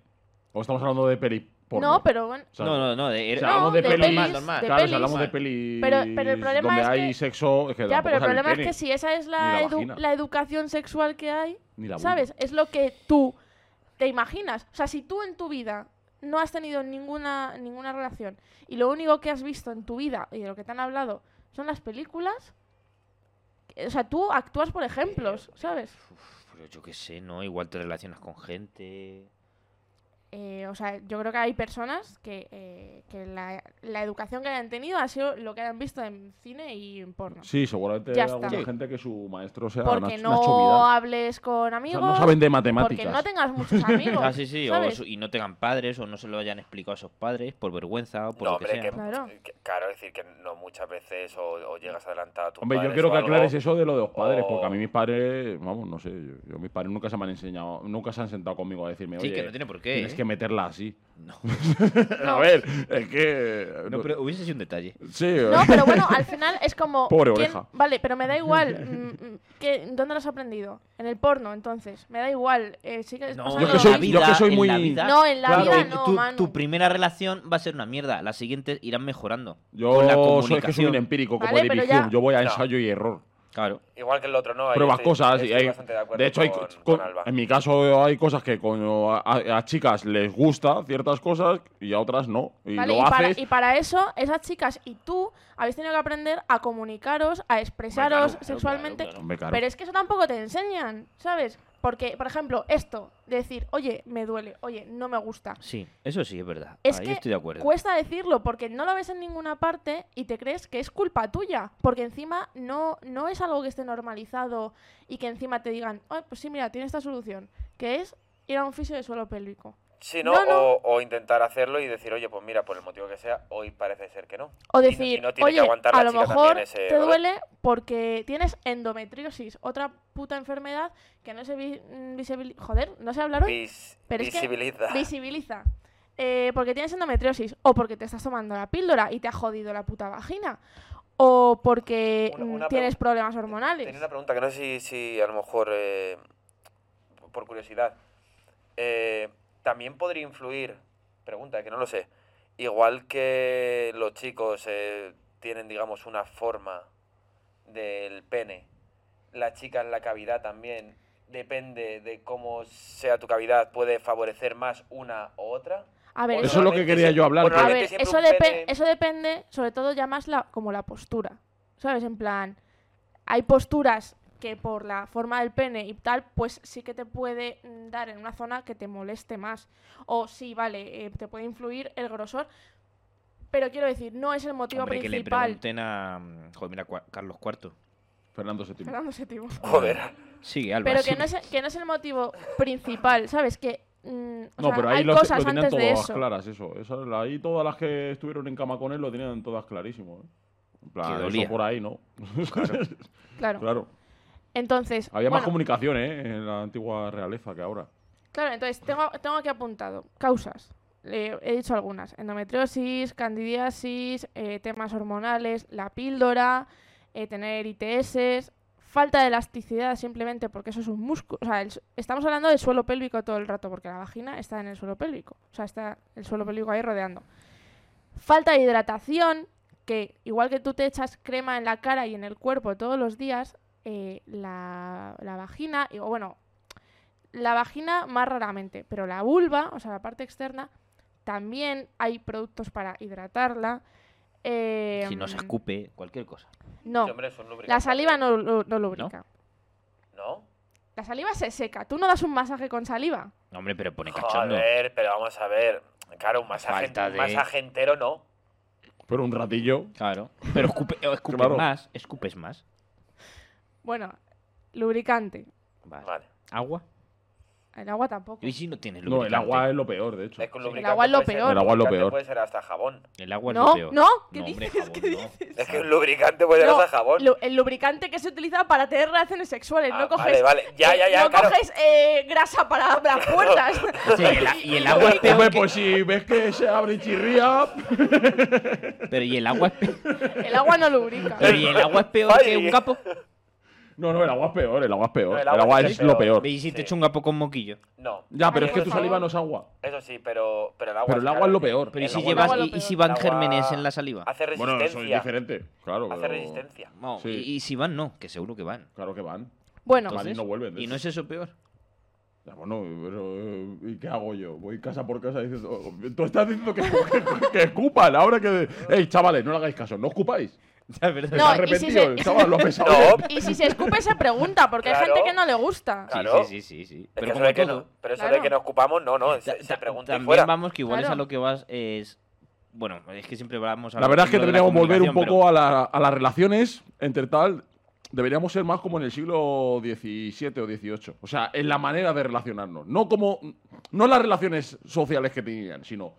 O estamos hablando de peli porno. No, pero bueno, O sea, no, no, no. de- o sea, era- hablamos de de pelis, pelis, de claro, si pelis. hablamos de pelis Pero- pero el problema donde es hay que- sexo, es que ya, pero el tampoco sale problema es pene, que si esa es ni la, la edu- vagina. la educación sexual que hay, ni la vulva. ¿sabes? Es lo que tú te imaginas. O sea, si tú en tu vida no has tenido ninguna, ninguna relación y lo único que has visto en tu vida y de lo que te han hablado son las películas, o sea, tú actúas por ejemplos, Eh, ¿sabes? Uf, pero yo qué sé, ¿no? Igual te relacionas con gente. Eh, o sea, yo creo que hay personas que, eh, que la, la educación que hayan tenido ha sido lo que hayan visto en cine y en porno. Sí, seguramente hay Ya está. alguna Sí. gente que su maestro sea porque Nach- no Nacho Vidal. hables con O sea, amigos, no saben de porque matemáticas. no tengas muchos amigos. Ah, sí, sí. o ¿sabes? su- y no tengan padres o no se lo hayan explicado a sus padres por vergüenza o por No, lo que hombre, sea. que, ¿no? Claro. que- claro, es decir que no muchas veces o, o llegas adelantada a tu Hombre, yo quiero que aclares eso de lo de los padres, o- porque a Oh. mí mis padres, vamos, no sé, yo, yo- mis padres nunca se me han enseñado, nunca se han sentado conmigo a decirme, Sí, oye, que no tiene por qué. tienes ¿eh? que meterla así. No. a ver, es que... No, pero hubiese sido un detalle. Sí, eh, No, pero bueno, al final es como. Pobre ¿quién- oreja. Vale, pero me da igual. mm, mm, ¿qué- ¿Dónde lo has aprendido? En el porno, entonces. Me da igual. eh, sigues No, pasando yo lo que soy- mismo. yo que soy en muy- la vida- No, en la Claro, vida y no, tu, Manu. tu primera relación va a ser una mierda. Las siguientes irán mejorando. con la yo soy, comunicación. es que soy un empírico como Vale, David pero ya- Hume, yo voy a No. ensayo y error. Claro. Igual que el otro, ¿no? Ahí pruebas estoy- cosas. y estoy hay- bastante de acuerdo hecho, hay, con- con- con Alba. en mi caso hay cosas que coño, a, a chicas les gusta ciertas cosas y a otras no. Y Vale, lo y, para, haces. y para eso, esas chicas y tú habéis tenido que aprender a comunicaros, a expresaros Claro, claro, sexualmente. claro, claro. Hombre, claro. Pero es que eso tampoco te enseñan, ¿sabes? Porque, por ejemplo, esto, de decir, oye, me duele, oye, no me gusta. Sí, eso sí es verdad. Es Ahí que estoy de acuerdo. Cuesta decirlo porque no lo ves en ninguna parte y te crees que es culpa tuya. Porque encima no, no es algo que esté normalizado y que encima te digan, "Ay, pues sí, mira, tiene esta solución, que es ir a un fisio de suelo pélvico. Sí, ¿no? No, no. O, o intentar hacerlo y decir, oye, pues mira, por el motivo que sea, hoy parece ser que no. O Y no- decir, y no tiene que oye, aguantar a la lo chica mejor también ese te dolor". duele porque tienes endometriosis, otra puta enfermedad que no se visibiliza. Joder, no sé hablar hoy. Vis- Pero es que- visibiliza. Visibiliza. Eh, porque tienes endometriosis, o porque te estás tomando la píldora y te ha jodido la puta vagina, o porque Una- mm, una tienes pregunta. problemas hormonales. Tenía una pregunta que no sé si, si a lo mejor, eh, por curiosidad, eh, también podría influir, pregunta que no lo sé, igual que los chicos eh, tienen, digamos, una forma del pene, las chicas la cavidad también, depende de cómo sea tu cavidad, puede favorecer más una u otra. A ver, ¿O Eso es lo que solamente quería sie- yo hablar, o que- A solamente ver, siempre eso, un depe- pene- eso depende, sobre todo ya más la, como la postura. ¿Sabes? En plan, hay posturas que por la forma del pene y tal, pues sí que te puede mm, dar en una zona que te moleste más. O sí, vale, eh, te puede influir el grosor. Pero quiero decir, no es el motivo Hombre, que le principal. pregunten a. mm, Joder, mira, cua- Carlos IV. Fernando VII. Fernando VII. Joder. Sigue, Alba. Pero que sigue. no, es, que no es el motivo principal, ¿sabes? Que mm, o No, sea, pero ahí hay lo, cosas lo tenían antes de todas eso. claras, eso. Eso, Ahí todas las que estuvieron en cama con él lo tenían todas clarísimo. ¿eh? En Que plan, dolía. eso por ahí, ¿no? Claro. claro. Entonces, Había más bueno, comunicación, ¿eh? En la antigua realeza que ahora. Claro, entonces tengo, tengo aquí apuntado causas. Eh, he dicho algunas. Endometriosis, candidiasis, eh, temas hormonales, la píldora, eh, tener ITS, falta de elasticidad simplemente porque eso es un músculo. O sea, el su- estamos hablando del suelo pélvico todo el rato porque la vagina está en el suelo pélvico. O sea, está el suelo pélvico ahí rodeando. Falta de hidratación, que igual que tú te echas crema en la cara y en el cuerpo todos los días, eh, la, la vagina, y- o bueno, la vagina más raramente, pero la vulva, o sea, la parte externa, también hay productos para hidratarla. eh, Si nos escupe, cualquier cosa. No, Sí, hombre, es un lubricante. la saliva no, lu- no lubrica. ¿No? La saliva se seca. Tú no das un masaje con saliva. No, hombre, pero pone cachondo. Joder, pero vamos a ver. Claro, un masaje, Falta un de- masaje entero no. Pero un ratillo. Claro. Pero escupe, o escupes Claro. más. Escupes más. Bueno, lubricante. Vale. Vale. ¿Agua? El agua tampoco. Y si no tienes No, el lubricante. agua es lo peor, de hecho. Es que un Sí. El lubricante agua es lo puede ser- peor. El agua es lo lubricante peor. Puede ser hasta jabón. El agua es no, lo peor. no, ¿qué No, hombre, dices? jabón, ¿Qué no. dices? Es que un lubricante puede ser No, hasta jabón. lu- el lubricante que se utiliza para tener relaciones sexuales. Ah, no coges, vale, vale. Ya, eh, ya, ya, no claro. coges eh, grasa para las puertas. Sí, el a- y el agua es Hombre, peor. que- pues si ves que se abre y chirría. Pero y el agua es peor. el agua no lubrica. Pero y el agua es peor Ay. que un capo. No, no, el agua es peor, el agua es peor. No, el agua es lo peor. Y si te Sí. echo un capo con moquillo. No, Ya, pero Ay, es que por tu saliva favor. no es agua. eso sí, pero, pero el agua. Pero el claro, agua es lo sí. peor. Pero y El si agua- llevas agua es y, lo y si peor. van el agua gérmenes en la saliva. Hace Bueno, eso es resistencia. diferente. Claro, hace pero- resistencia. No, Sí. y, y si van no, que seguro que van. Claro que van. Bueno, Van y Entonces, no vuelven. de Y no es hecho. eso peor. Ya, bueno, pero. eh, ¿Y qué hago yo? Voy casa por casa diciendo. "Oh, Tú estás diciendo que, que, que escupan. Ahora que. ¡Ey, chavales, no le hagáis caso! ¡No escupáis! Ya, es verdad. No, Está y si arrepentido, se- el chaval lo ha pensado. No, y si se escupe se pregunta, porque hay Claro. gente que no le gusta. Sí, claro. sí, sí, sí, sí. Es que Pero eso como de que todo, no, pero eso de Claro. que nos ocupamos, no, no, ta- se, ta- se pregunta y también fuera. vamos que igual es a Claro. lo que vas es... Bueno, es que siempre vamos a... La verdad es que lo de la deberíamos volver un comunicación, poco a, la- a las relaciones entre tal. Deberíamos ser más como en el siglo XVII o XVIII. O sea, en la manera de relacionarnos. No como. No las relaciones sociales que tenían, sino.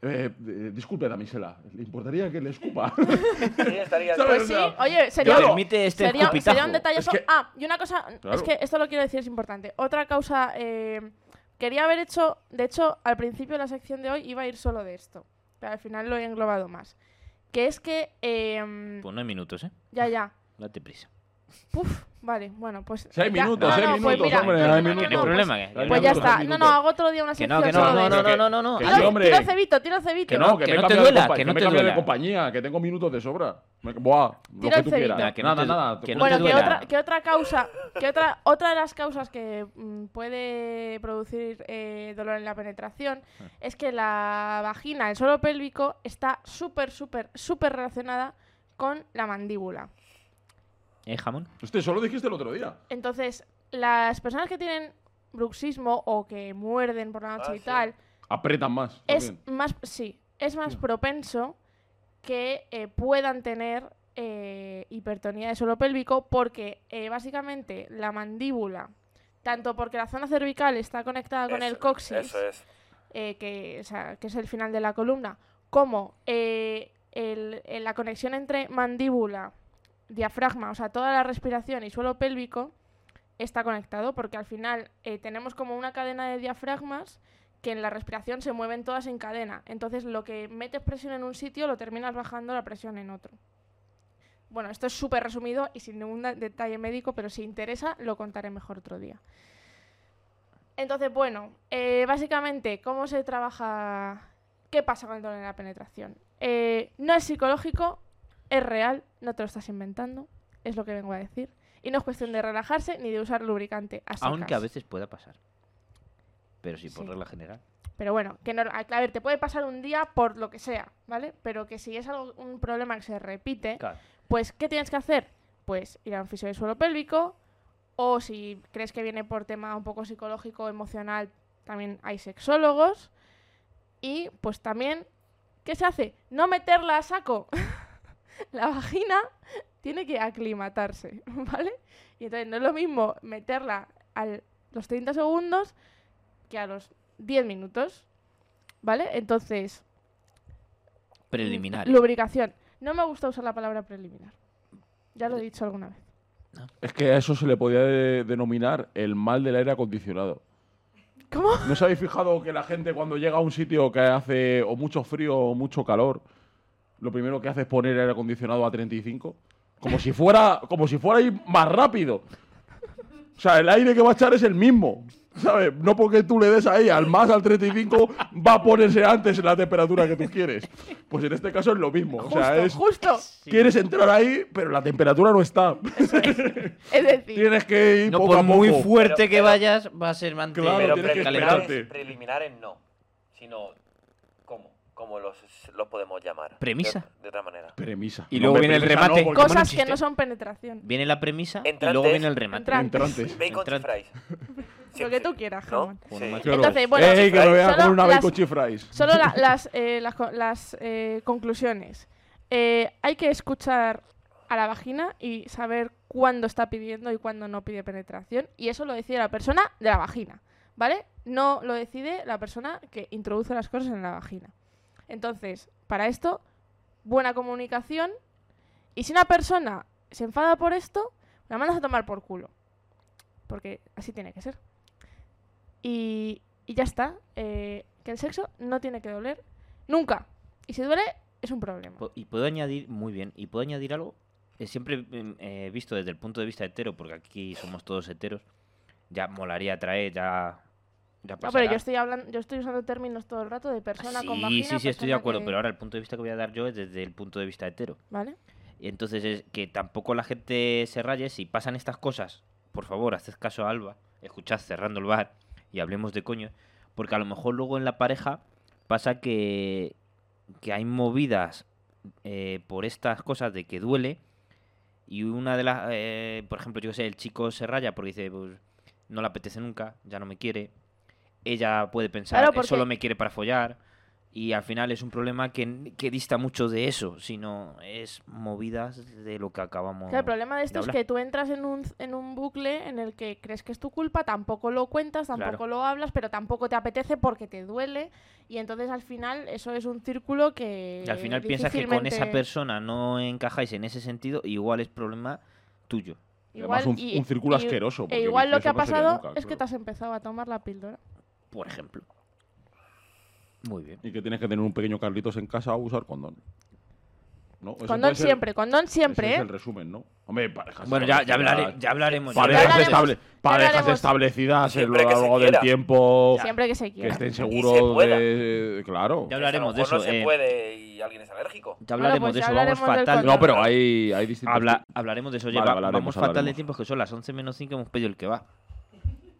Eh, eh, disculpe, damisela, ¿le importaría que le escupa? Sí, estaría ¿Sabes? Pues sí, Pero, o sea, oye, pero sería, Claro. Permite este sería, escupitajo. sería un detalle. Es so- que- ah, y una cosa, Claro. es que esto lo quiero decir, es importante. Otra causa, eh, quería haber hecho, de hecho, al principio de la sección de hoy iba a ir solo de esto, pero al final lo he englobado más. Que es que, eh, Pues no hay minutos, ¿eh? ya, ya. Date prisa. Puf, vale, bueno, pues. Si hay ya- minutos, no, si hay no, pues minutos, mira, hombre, no, hay no, no, Que minutos. no hay pues- problema. que- Pues Pues ya minutos, está, hay no, no, minutos. hago otro día una Que sección no, que no, solo de no, no, esto. no, no, no, no. Que Tiro- sí, hombre. Tiro cebito, tiro cebito. Que no, que me no he te cambiado de duela, compa- que no me he te cambiado de duela. compañía, que tengo minutos de sobra. Me- Buah, lo Tira que el tú quieras. cebito. Que no nada, te- nada. que no Bueno, te que duela. otra, que otra causa, que otra, otra de las causas que mm, puede producir eh, dolor en la penetración Ah. es que la vagina, el suelo pélvico, está súper, súper, súper relacionada con la mandíbula. ¿Eh, jamón? Usted solo dijiste el otro día. Entonces, las personas que tienen bruxismo o que muerden por la noche Ah, y sí. tal, Apretan más. es también. más, sí, es más propenso que eh, puedan tener eh, hipertonía de suelo pélvico porque eh, básicamente la mandíbula, tanto porque la zona cervical está conectada con Eso- el coxis, Eso es. eh, que, o sea, que es el final de la columna, como eh, el- el- la conexión entre mandíbula, diafragma, o sea, toda la respiración y suelo pélvico está conectado porque al final eh, tenemos como una cadena de diafragmas que en la respiración se mueven todas en cadena. Entonces lo que metes presión en un sitio lo terminas bajando la presión en otro. Bueno, esto es súper resumido y sin ningún da- detalle médico, pero si interesa lo contaré mejor otro día. Entonces, bueno, eh, básicamente, ¿cómo se trabaja? ¿Qué pasa con el dolor en la penetración? Eh, no es psicológico, es real, no te lo estás inventando, es lo que vengo a decir. Y no es cuestión de relajarse ni de usar lubricante. A Aunque a secas. veces pueda pasar. Pero sí, por Sí. regla general. Pero bueno, que no, a a ver, te puede pasar un día por lo que sea, ¿vale? Pero que si es algo, un problema que se repite, Claro. pues ¿qué tienes que hacer? Pues ir a un fisio del suelo pélvico o si crees que viene por tema un poco psicológico, emocional, también hay sexólogos. Y pues también, ¿qué se hace? No meterla a saco. La vagina tiene que aclimatarse, ¿vale? Y entonces no es lo mismo meterla a los 30 segundos que a los 10 minutos, ¿vale? Entonces, Preliminar. ¿eh? Lubricación. No me gusta usar la palabra preliminar. Ya lo he dicho alguna vez. Es que a eso se le podía de- denominar el mal del aire acondicionado. ¿Cómo? ¿No os habéis fijado que la gente cuando llega a un sitio que hace o mucho frío o mucho calor, lo primero que hace es poner el aire acondicionado a 35? Como si fuera, como si fuera ir más rápido. O sea, el aire que va a echar es el mismo. ¿Sabes? No porque tú le des ahí al más al 35 va a ponerse antes la temperatura que tú quieres. Pues en este caso es lo mismo. O Justo, sea, es, justo. quieres entrar ahí, pero la temperatura no está. Es decir, Tienes que ir No, poco por a poco. muy fuerte Pero- que pero- vayas, va a ser mantener Claro, pero tienes que calentado. esperarte. preliminares, preliminares no, sino ¿cómo? como los, los podemos llamar. Premisa. De, de otra manera. Premisa. Y luego viene el premisa remate. porque Como en un Cosas que chiste. no son penetración. Viene la premisa y Entrantes. luego viene el remate. Entrantes. Entrantes. Bacon Entran- and fries. Lo que tú quieras, ¿No? jamón. Joder, Sí. macho. Entonces, bueno, ¡Ey, que lo voy a solo comer una las- bacon chip fries! Solo la- las, eh, las, co- las, eh, conclusiones. Eh, hay que escuchar a la vagina y saber cuándo está pidiendo y cuándo no pide penetración. Y eso lo decide la persona de la vagina, ¿vale? No lo decide la persona que introduce las cosas en la vagina. Entonces, para esto, buena comunicación. Y si una persona se enfada por esto, la mandas a tomar por culo. Porque así tiene que ser. Y, y ya está. eh, que el sexo no tiene que doler nunca. Y si duele, es un problema. Po- Y puedo añadir, muy bien, y puedo añadir algo, eh, siempre mm, eh, visto desde el punto de vista hetero, porque aquí somos todos heteros, ya molaría traer, ya... ya No, pero pasará. Ah, yo estoy hablando, yo estoy usando términos todo el rato de persona con Sí, vagina. sí, sí, estoy de persona acuerdo, que- pero ahora el punto de vista que voy a dar yo es desde el punto de vista hetero. ¿Vale? Y entonces es que tampoco la gente se raye si pasan estas cosas. Por favor, haced caso a Alba, escuchad cerrando el bar y hablemos de coño. Porque a lo mejor luego en la pareja pasa que, que hay movidas eh, por estas cosas de que duele. Y una de las, eh, por ejemplo, yo qué sé, el chico se raya porque dice, pues no le apetece nunca, ya no me quiere. Ella puede pensar, Claro, "Eh, porque- solo me quiere para follar. Y al final es un problema que, que dista mucho de eso, sino es movidas de lo que acabamos. Claro, el problema de esto de es hablar. que tú entras en un, en un bucle en el que crees que es tu culpa, tampoco lo cuentas, tampoco Claro. lo hablas, pero tampoco te apetece porque te duele. Y entonces al final eso es un círculo que. Y al final piensas que con esa difícilmente- persona no encajáis en ese sentido, igual es problema tuyo. Además, un, y- un círculo y- asqueroso. E porque igual lo eso que ha no sería pasado nunca, es que te claro. has empezado a tomar la píldora. por ejemplo. Muy bien. Y que tienes que tener un pequeño Carlitos en casa o usar condón. ¿No? Eso puede Condón ser- siempre, condón ese siempre, es ¿eh? el resumen, ¿no? Hombre, parejas. Bueno, ya, ya, establecidas- hablare- ya hablaremos. ya Parejas, hablaremos. hablaremos. estable- parejas hablaremos. establecidas a lo Siempre que se largo del quiera. tiempo. Siempre que se Que este quiera. estén Y se seguros pueda. de. Claro. Ya hablaremos de Pues a lo eso. mejor No eh, se puede y alguien es alérgico. ya hablaremos Bueno, pues de ya eso. hablaremos vamos del fatal. condón. No, pero hay, hay distintos. Habla- hablaremos de eso. oye, Vale, va- hablaremos, vamos fatal de hablaremos. tiempo, que son las 11 menos 5, hemos pedido el que va.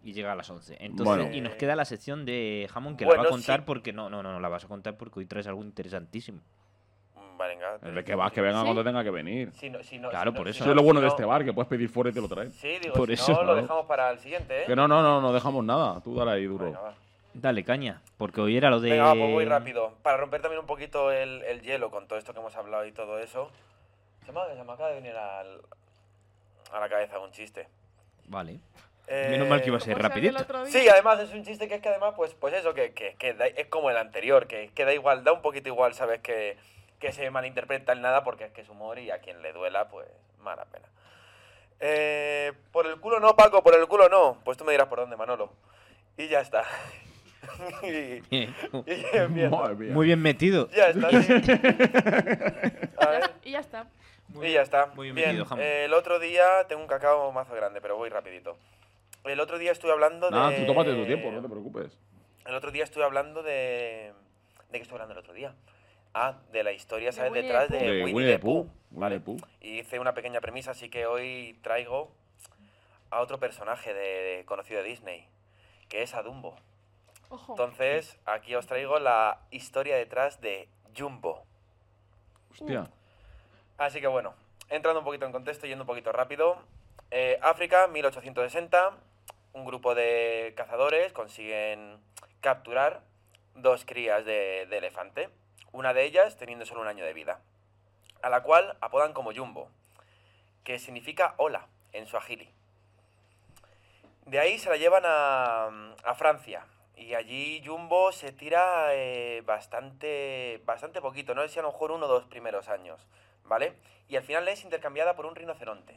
Y llega a las 11. Entonces, Bueno. y nos queda la sección de jamón que la va a Bueno, contar sí. porque no, no, no, no la vas a contar porque hoy traes algo interesantísimo. Mm, Vale, venga. El de que vas, que venga ¿Sí? cuando tenga que venir. Si no- si no- Claro, si no- por si eso. Eso no- es lo bueno si de no- ¿Eh? este bar, que puedes pedir fuera y te lo traen. Sí, digo, Por si eso. no lo dejamos para el siguiente, ¿eh? Que no, no, no, no dejamos nada. Tú dale ahí duro. Venga, va. Dale caña, porque hoy era lo de. Venga, va, pues voy rápido. Para romper también un poquito el, el hielo con todo esto que hemos hablado y todo eso. Se me, se me acaba de venir al- a la cabeza un chiste. Vale. Eh, Menos mal que iba a ser Como sea que el rapidito. otro día- Sí, además es un chiste que es que además, pues, pues eso, que, que- que da- es como el anterior, que, que da igual, da un poquito igual, ¿sabes? Que, que se malinterpreta en nada porque es que es humor y a quien le duela, pues, mala pena. Eh, por el culo no, Paco, por el culo no. Pues tú me dirás por dónde, Manolo. Y ya está. y, y empiezo. Madre mía. Muy bien metido. Ya está, sí. A Ya ver, está- Y ya está. y ya está. Muy bien, Bien, metido, Jamo. eh, el otro día tengo un cacao mazo grande, pero voy rapidito. El otro día estuve hablando Nada, de... tú tómate tu tiempo, no te preocupes. El otro día estuve hablando de... ¿De qué estuve hablando el otro día? Ah, de la historia, De ¿sabes? Winnie Detrás the de, Pooh. De Winnie the Pooh. Winnie the Pooh. Y hice una pequeña premisa, así que hoy traigo a otro personaje de, conocido de Disney, que es a Dumbo. Ojo. Entonces, aquí os traigo la historia detrás de Jumbo. Hostia. Así que bueno, entrando un poquito en contexto, yendo un poquito rápido. eh, África, 1860, un grupo de cazadores consiguen capturar dos crías de, de elefante, una de ellas teniendo solo un año de vida, a la cual apodan como Jumbo, que significa hola en suajili. De ahí se la llevan a, a Francia. Y allí Jumbo se tira eh, bastante, bastante poquito, no sé si a lo mejor uno o dos primeros años. ¿vale? Y al final es intercambiada por un rinoceronte.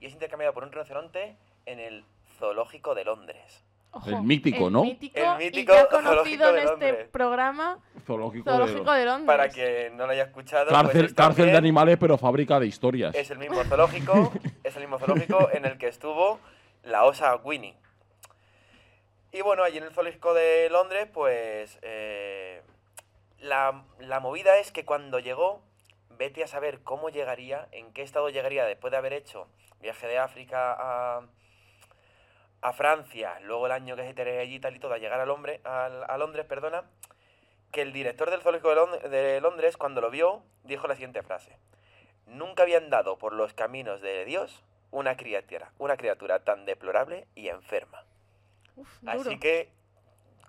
Y es intercambiada por un rinoceronte en el zoológico de Londres. Ojo. El mítico, ¿no? El mítico, El y mítico ya zoológico conocido de en este Londres. programa Zoológico, Zoológico de... de Londres. Para quien no lo haya escuchado, pues Cárcel, es cárcel de también- animales, pero fábrica de historias. Es el mismo zoológico, es el mismo zoológico en el que estuvo la osa Winnie. Y bueno, allí en el zoológico de Londres, pues eh, la, la movida es que cuando llegó, vete a saber cómo llegaría, en qué estado llegaría después de haber hecho viaje de África a, a Francia, luego el año que se te allí y tal y todo, a llegar a Londres, a, a Londres, perdona, que el director del Zoológico de, Lond- de Londres, cuando lo vio, dijo la siguiente frase. Nunca habían dado por los caminos de Dios una criatura, una criatura tan deplorable y enferma. Uf, Así duro. que,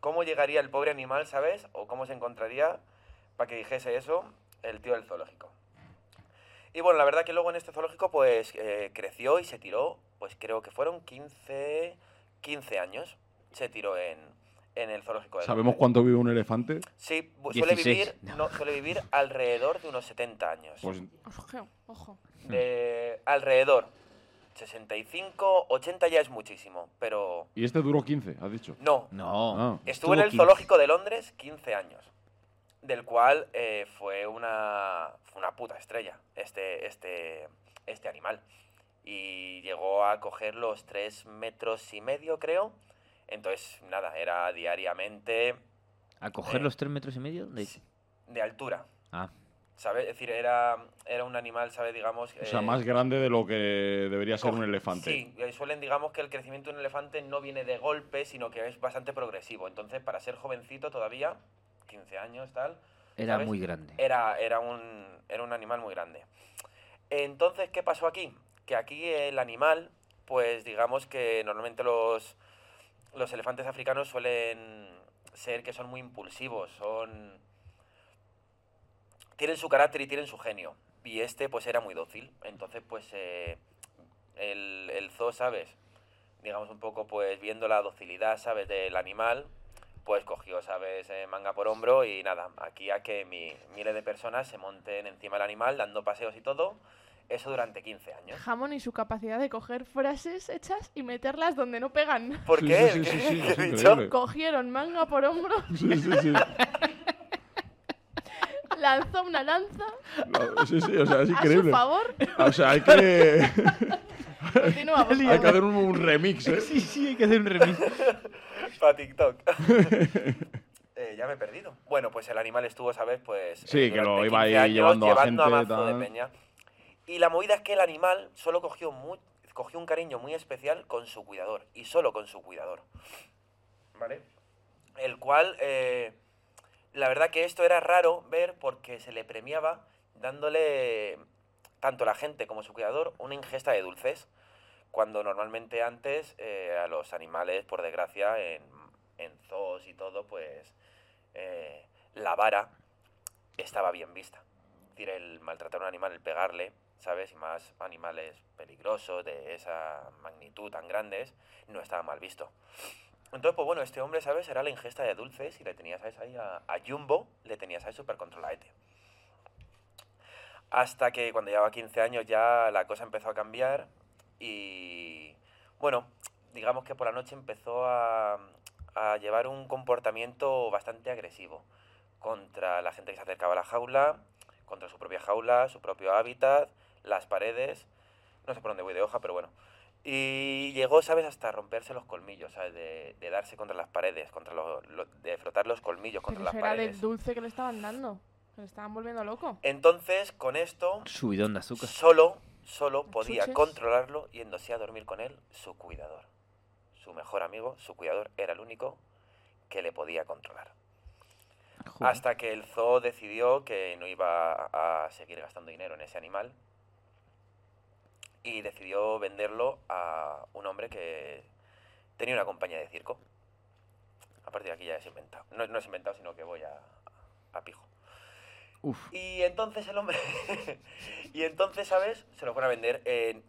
¿cómo llegaría el pobre animal, sabes? ¿O cómo se encontraría para que dijese eso el tío del zoológico? Y bueno, la verdad que luego en este zoológico pues eh, creció y se tiró, pues creo que fueron 15, 15 años, se tiró en, en el zoológico. de ¿Sabemos Londres. cuánto vive un elefante? Sí, bu- suele 16. vivir, no, suele vivir alrededor de unos 70 años. Pues Ojo, ojo. De alrededor. 65, 80 ya es muchísimo, pero... y este duró 15, has dicho. No, No. Ah. Estuvo en el 15. zoológico de Londres 15 años, del cual eh, fue una, fue una puta estrella este, este, este animal. Y llegó a coger los 3 metros y medio, creo. Entonces, nada, era diariamente ¿A coger Eh. los tres metros y medio? De- de altura. Ah. ¿Sabes? Es decir, era, era un animal, ¿sabes? Digamos. O sea, eh, más grande de lo que debería ser coge- un elefante. Sí, eh, suelen, digamos, que el crecimiento de un elefante no viene de golpe, sino que es bastante progresivo. Entonces, para ser jovencito todavía, 15 años, tal, Era ¿sabes? muy grande. era, era, un, era un animal muy grande. Entonces, ¿qué pasó aquí? Que aquí el animal, pues digamos que normalmente los, los elefantes africanos suelen ser que son muy impulsivos, son... Tienen su carácter y tienen su genio. Y este pues era muy dócil. Entonces pues eh, el, el zoo, ¿sabes? Digamos un poco pues viendo la docilidad, ¿sabes? Del animal, pues cogió, ¿sabes? Eh, manga por hombro y nada, aquí a que mi- miles de personas se monten encima del animal dando paseos y todo. Eso durante 15 años. Jamón y su capacidad de coger frases hechas y meterlas donde no pegan. ¿Por Sí, qué? sí, sí, ¿Qué- sí, qué es he dicho? increíble. Cogieron manga por hombro, Sí, sí, sí. lanzó una lanza No, sí, sí, o sea, es a su increíble. favor. O sea, hay que, Continúa, por hay que favor. hacer un, un remix, ¿eh? Sí, sí, hay que hacer un remis. Para TikTok. Eh, ya me he perdido. Bueno, pues el animal estuvo, ¿sabes? Pues. Sí, eh, que lo durante iba a 15 ir años llevando a gente, mazo de tal. peña. Y la movida es que el animal solo cogió, mu- cogió un cariño muy especial con su cuidador. Y solo con su cuidador. ¿Vale? El cual. eh, la verdad que esto era raro ver porque se le premiaba dándole tanto la gente como su cuidador una ingesta de dulces, cuando normalmente antes eh, a los animales, por desgracia, en, en zoos y todo, pues eh, la vara estaba bien vista. Es decir, el maltratar a un animal, el pegarle, ¿sabes? Y más animales peligrosos de esa magnitud tan grandes, no estaba mal visto. Entonces, pues bueno, este hombre, ¿sabes? Era la ingesta de dulces y le tenías, ¿sabes? Ahí a, a Jumbo, le tenías, ¿sabes? Súper controladete. Hasta que cuando llevaba 15 años ya la cosa empezó a cambiar y, bueno, digamos que por la noche empezó a, a llevar un comportamiento bastante agresivo contra la gente que se acercaba a la jaula, contra su propia jaula, su propio hábitat, las paredes. No sé por dónde voy de hoja, pero bueno. Y llegó, ¿sabes? Hasta romperse los colmillos, ¿sabes? De, de darse contra las paredes, contra los, los- de frotar los colmillos Pero contra eso las era del paredes. dulce que le estaban dando. que Le estaban volviendo loco. Entonces, con esto, Subidón de azúcar. Solo, solo podía Chuches. controlarlo yéndose a dormir con él su cuidador. Su mejor amigo, su cuidador, era el único que le podía controlar. Joder. Hasta que el zoo decidió que no iba a seguir gastando dinero en ese animal y decidió venderlo a un hombre que tenía una compañía de circo. A partir de aquí ya es inventado. No, no es inventado, sino que voy a, a pijo. Uf. Y entonces el hombre. y entonces, ¿sabes? Se lo fueron a vender. eh,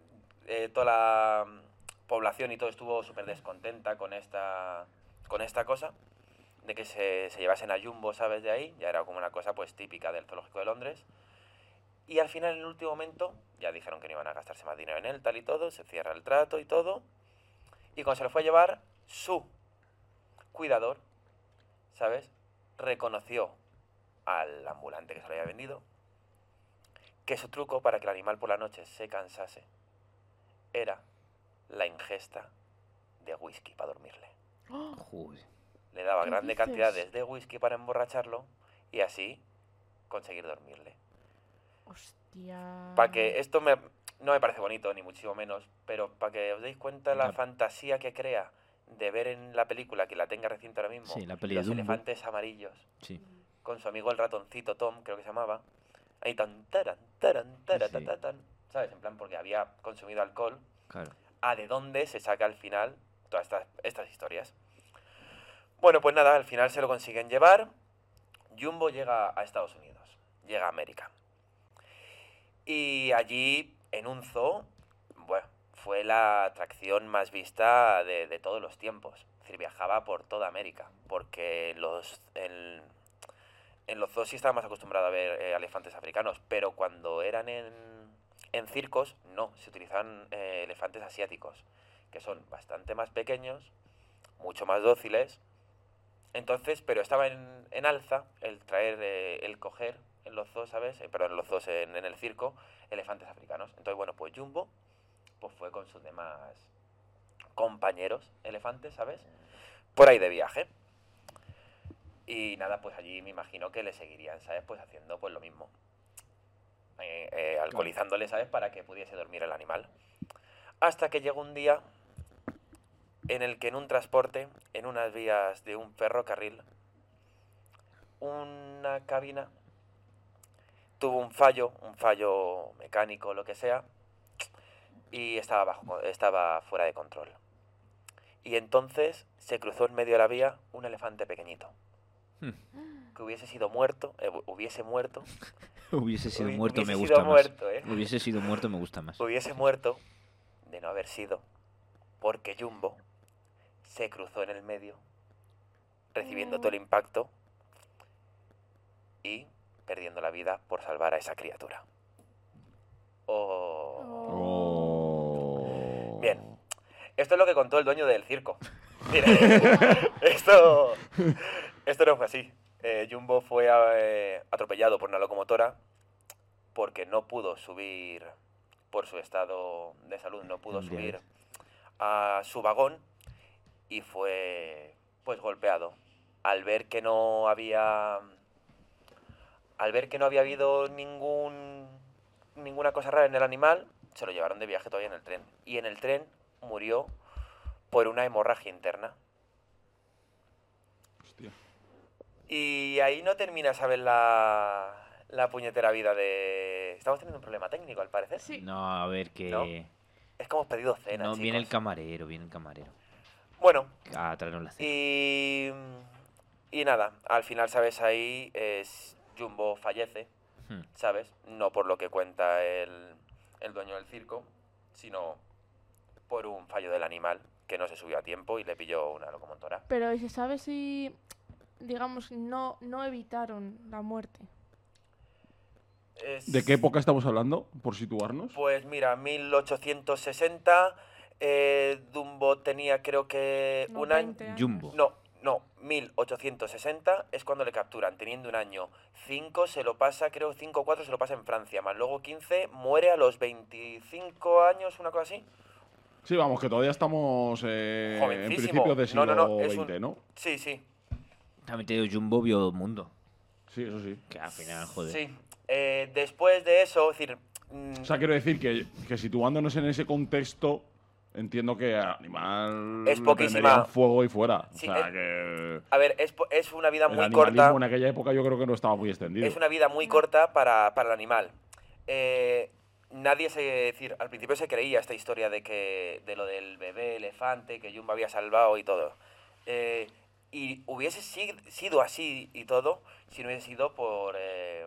eh, toda la mm, población y todo estuvo súper descontenta con esta, con esta cosa. De que se, se llevasen a Jumbo, ¿sabes? De ahí. Ya era como una cosa pues típica del zoológico de Londres. Y al final, en el último momento, ya dijeron que no iban a gastarse más dinero en él, tal y todo. Se cierra el trato y todo. Y cuando se lo fue a llevar, su cuidador, ¿sabes? Reconoció al ambulante que se lo había vendido, que su truco para que el animal por la noche se cansase era la ingesta de whisky para dormirle. ¡Oh! Joder. Le daba ¿Qué grandes dices? cantidades de whisky para emborracharlo y así conseguir dormirle. Hostia. Para que esto me, no me parece bonito, ni muchísimo menos, pero para que os deis cuenta la Ya. fantasía que crea de ver en la película, que la tenga reciente ahora mismo, Sí, la peli de los Dumbo. elefantes amarillos Sí. con su amigo el ratoncito Tom, creo que se llamaba. Ahí tan, taran, taran, tara, Sí. ta, ta, tan. ¿Sabes? En plan, porque había consumido alcohol. Claro. a de dónde se saca al final todas estas, estas historias. Bueno, pues nada, al final se lo consiguen llevar. Jumbo llega a Estados Unidos, llega a América. Y allí, en un zoo, bueno, fue la atracción más vista de, de todos los tiempos. Es decir, viajaba por toda América, porque los, el- en los zoos sí estaba más acostumbrado a ver eh, elefantes africanos, pero cuando eran en, en circos, no, se utilizaban eh, elefantes asiáticos, que son bastante más pequeños, mucho más dóciles. Entonces, pero estaba en, en alza el traer, eh, el coger en los zoos, ¿sabes? Eh, perdón, en los zoos, en, en el circo, elefantes africanos. Entonces, bueno, pues Jumbo pues fue con sus demás compañeros elefantes, ¿sabes? Por ahí de viaje. Y nada, pues allí me imagino que le seguirían, ¿sabes? Pues haciendo pues lo mismo. Eh, eh, alcoholizándole, ¿sabes? Para que pudiese dormir el animal. Hasta que llegó un día en el que en un transporte, en unas vías de un ferrocarril, una cabina tuvo un fallo, un fallo mecánico, lo que sea, y estaba, bajo, estaba fuera de control. Y entonces se cruzó en medio de la vía un elefante pequeñito, Hmm. que hubiese sido muerto, eh, hubiese muerto, Hubiese sido hubi- muerto, me hubiese gusta sido más. muerto, ¿eh? Hubiese sido muerto, me gusta más. hubiese muerto de no haber sido porque Jumbo se cruzó en el medio recibiendo todo el impacto y perdiendo la vida por salvar a esa criatura. Oh. Oh. Bien. Esto es lo que contó el dueño del circo. Mira, eh, esto, esto no fue así. Eh, Jumbo fue eh, atropellado por una locomotora porque no pudo subir, por su estado de salud, no pudo Bien. subir a su vagón y fue pues golpeado. Al ver que no había al ver que no había habido ningún ninguna cosa rara en el animal, se lo llevaron de viaje todavía en el tren y en el tren murió por una hemorragia interna. Hostia. Y ahí no termina saber la la puñetera vida de Estamos teniendo un problema técnico al parecer. Sí. No, a ver que. No, Es como hemos pedido cena, No, viene el chicos. camarero, viene el camarero. Bueno, A traernos la cena. Y, y nada, al final, ¿sabes? Ahí es, Jumbo fallece, Hmm. ¿sabes? No por lo que cuenta el, el dueño del circo, sino por un fallo del animal que no se subió a tiempo y le pilló una locomotora. Pero ¿y se sabe si, digamos, no, no evitaron la muerte? Es- ¿De qué época estamos hablando? Por situarnos. Pues mira, 1860, eh, Dumbo tenía creo que No, un año... 20 años. Jumbo. No, no, 1860 es cuando le capturan, teniendo un año. 5 se lo pasa, creo, 5 o 4 se lo pasa en Francia, más luego 15 muere a los 25 años, una cosa así. Sí, vamos, que todavía estamos eh, en Jovencísimo. principios de siglo No, no, no, es XX, un- ¿no? Sí, sí. También te digo, Jumbo vio mundo. Sí, eso sí. Que al final, joder. Sí. Eh, después de eso, es decir, mm, O sea, quiero decir que, que situándonos en ese contexto, entiendo que al animal Es le poquísima- prenderían fuego y fuera. Sí, o sea, es- que a ver, es, po- es una vida el muy animalismo corta. en aquella época yo creo que no estaba muy extendido. Es una vida muy corta para, para el animal. Eh, nadie se. es decir, al principio se creía esta historia de que. de lo del bebé elefante, que Jumbo había salvado y todo. Eh, y hubiese si- sido así y todo, si no hubiese sido por. eh,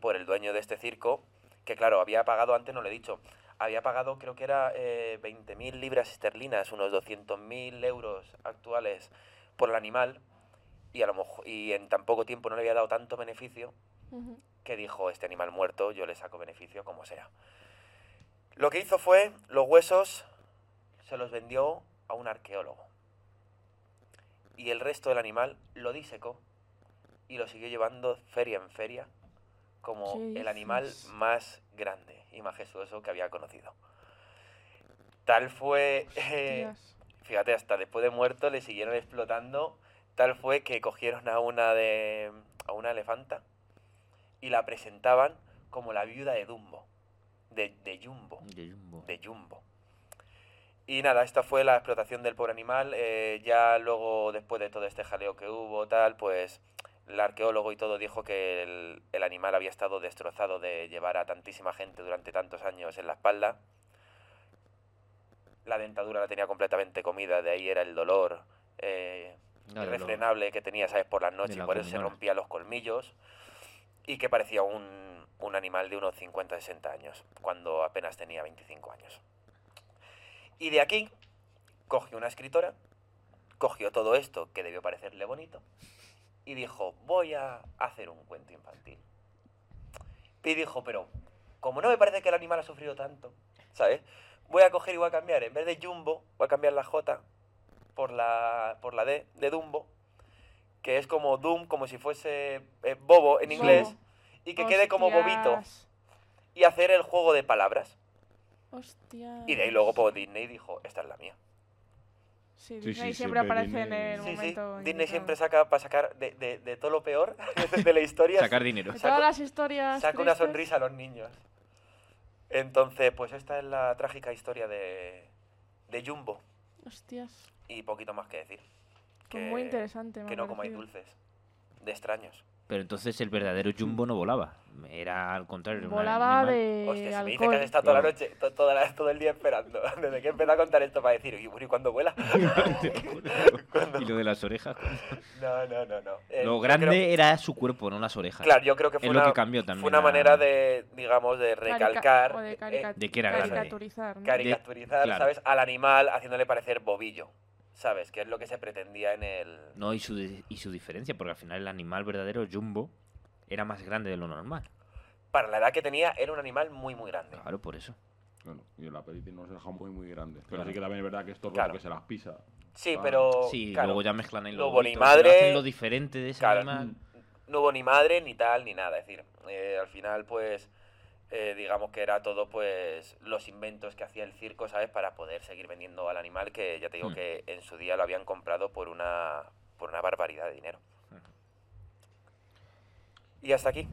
por el dueño de este circo, que claro, había pagado, antes no lo he dicho, había pagado creo que era eh, 20.000 libras esterlinas, unos 200.000 euros actuales por el animal, y a lo mejor, y en tan poco tiempo no le había dado tanto beneficio, Ujú. que dijo este animal muerto, yo le saco beneficio como sea. Lo que hizo fue, los huesos se los vendió a un arqueólogo. Y el resto del animal lo disecó y lo siguió llevando feria en feria como ¿Qué el animal dices? más grande y majestuoso que había conocido. Tal fue... eh, Hostias. fíjate, hasta después de muerto le siguieron explotando. Tal fue que cogieron a una de. a una elefanta y la presentaban como la viuda de Dumbo. De, de Jumbo. De Jumbo. De Jumbo. Y nada, esta fue la explotación del pobre animal. eh, ya luego, después de todo este jaleo que hubo, tal, pues el arqueólogo y todo dijo que el, el animal había estado destrozado de llevar a tantísima gente durante tantos años en la espalda. La dentadura la tenía completamente comida, de ahí era el dolor eh, Claro, lo- irrefrenable que tenía, ¿sabes? Por las noches, y la por eso se comida. rompía los colmillos y que parecía un, un animal de unos 50-60 años, cuando apenas tenía 25 años. Y de aquí cogió una escritora, cogió todo esto que debió parecerle bonito y dijo, voy a hacer un cuento infantil. Y dijo, pero como no me parece que el animal ha sufrido tanto, ¿sabes? Voy a coger y voy a cambiar, en vez de Jumbo, voy a cambiar la J por la, por la D de Dumbo, que es como Doom, como si fuese eh, Bobo en Bobo. inglés, y que quede como Bobito, Hostias, y hacer el juego de palabras. Hostias. Y de ahí luego pues, Disney dijo, esta es la mía. Sí, Sí, Disney sí, siempre siempre, aparece Disney. en el Sí, sí, momento. Disney indicado. siempre saca para sacar de, de- de todo lo peor de, de la historia. Sacar dinero. De saca- todas las historias. saca una tristes, sonrisa a los niños. Entonces, pues esta es la trágica historia de, de Jumbo. Hostias. Y poquito más que decir. pues muy interesante. me Que ha no comáis parecido. dulces. De extraños. Pero entonces el verdadero Jumbo no volaba. Era al contrario. era un Volaba animal. de. Hostia, si me dices que Eh, alcohol. has estado toda la noche, to- toda la- todo el día esperando. Desde que empecé a contar esto para decir, ¿y bueno, ¿y cuándo vuela? y lo de las orejas. No, no, no, no. Eh, Lo yo grande creo- era su cuerpo, no las orejas. claro, yo creo que fue es lo una, que cambió también. fue una a- manera de, digamos, de Carica- recalcar, o de, eh, caricat- de que era grande. caricaturizar. ¿no? caricaturizar, claro. ¿sabes? Al animal haciéndole parecer bobillo, ¿sabes? Que es lo que se pretendía en el... No, y su, di- y su diferencia, porque al final el animal verdadero, el Jumbo, era más grande de lo normal. Para la edad que tenía, era un animal muy, muy grande. Claro, por eso. Bueno, y el aperitif nos deja muy, muy grande. Pero Claro. sí que también es verdad que esto es Claro. que se las pisa. Sí, Ah, pero... Sí, claro, luego ya mezclan ahí Lo los bonimadre- pero hacen lo diferente de ese Claro. Mm. animal. No hubo ni madre, ni tal, ni nada. Es decir, eh, al final, pues... eh, digamos que era todo, pues... Los inventos que hacía el circo, ¿sabes? Para poder seguir vendiendo al animal, que ya te digo Hmm. que en su día lo habían comprado por una... Por una barbaridad de dinero. Hmm. Y hasta aquí.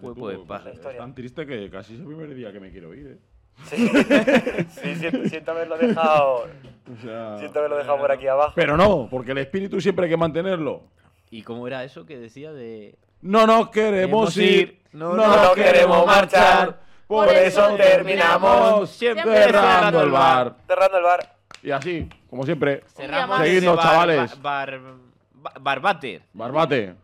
Juego Tú, de pues, paja. Es tan triste que casi es el primer día que me quiero ir, ¿eh? Sí, sí siento, siento haberlo dejado. O sea, Siento haberlo dejado por aquí abajo. Pero no, porque el espíritu siempre hay que mantenerlo. ¿Y cómo era eso que decía de...? No nos queremos Queremos ir, ir, no no, nos nos queremos, queremos marchar, marchar, por por eso eso terminamos terminamos siempre siempre cerrando el bar. Cerrando el bar. Y así, como siempre, Cerramos Seguidnos, ese bar- chavales. Bar, bar- ba- barbater. barbate.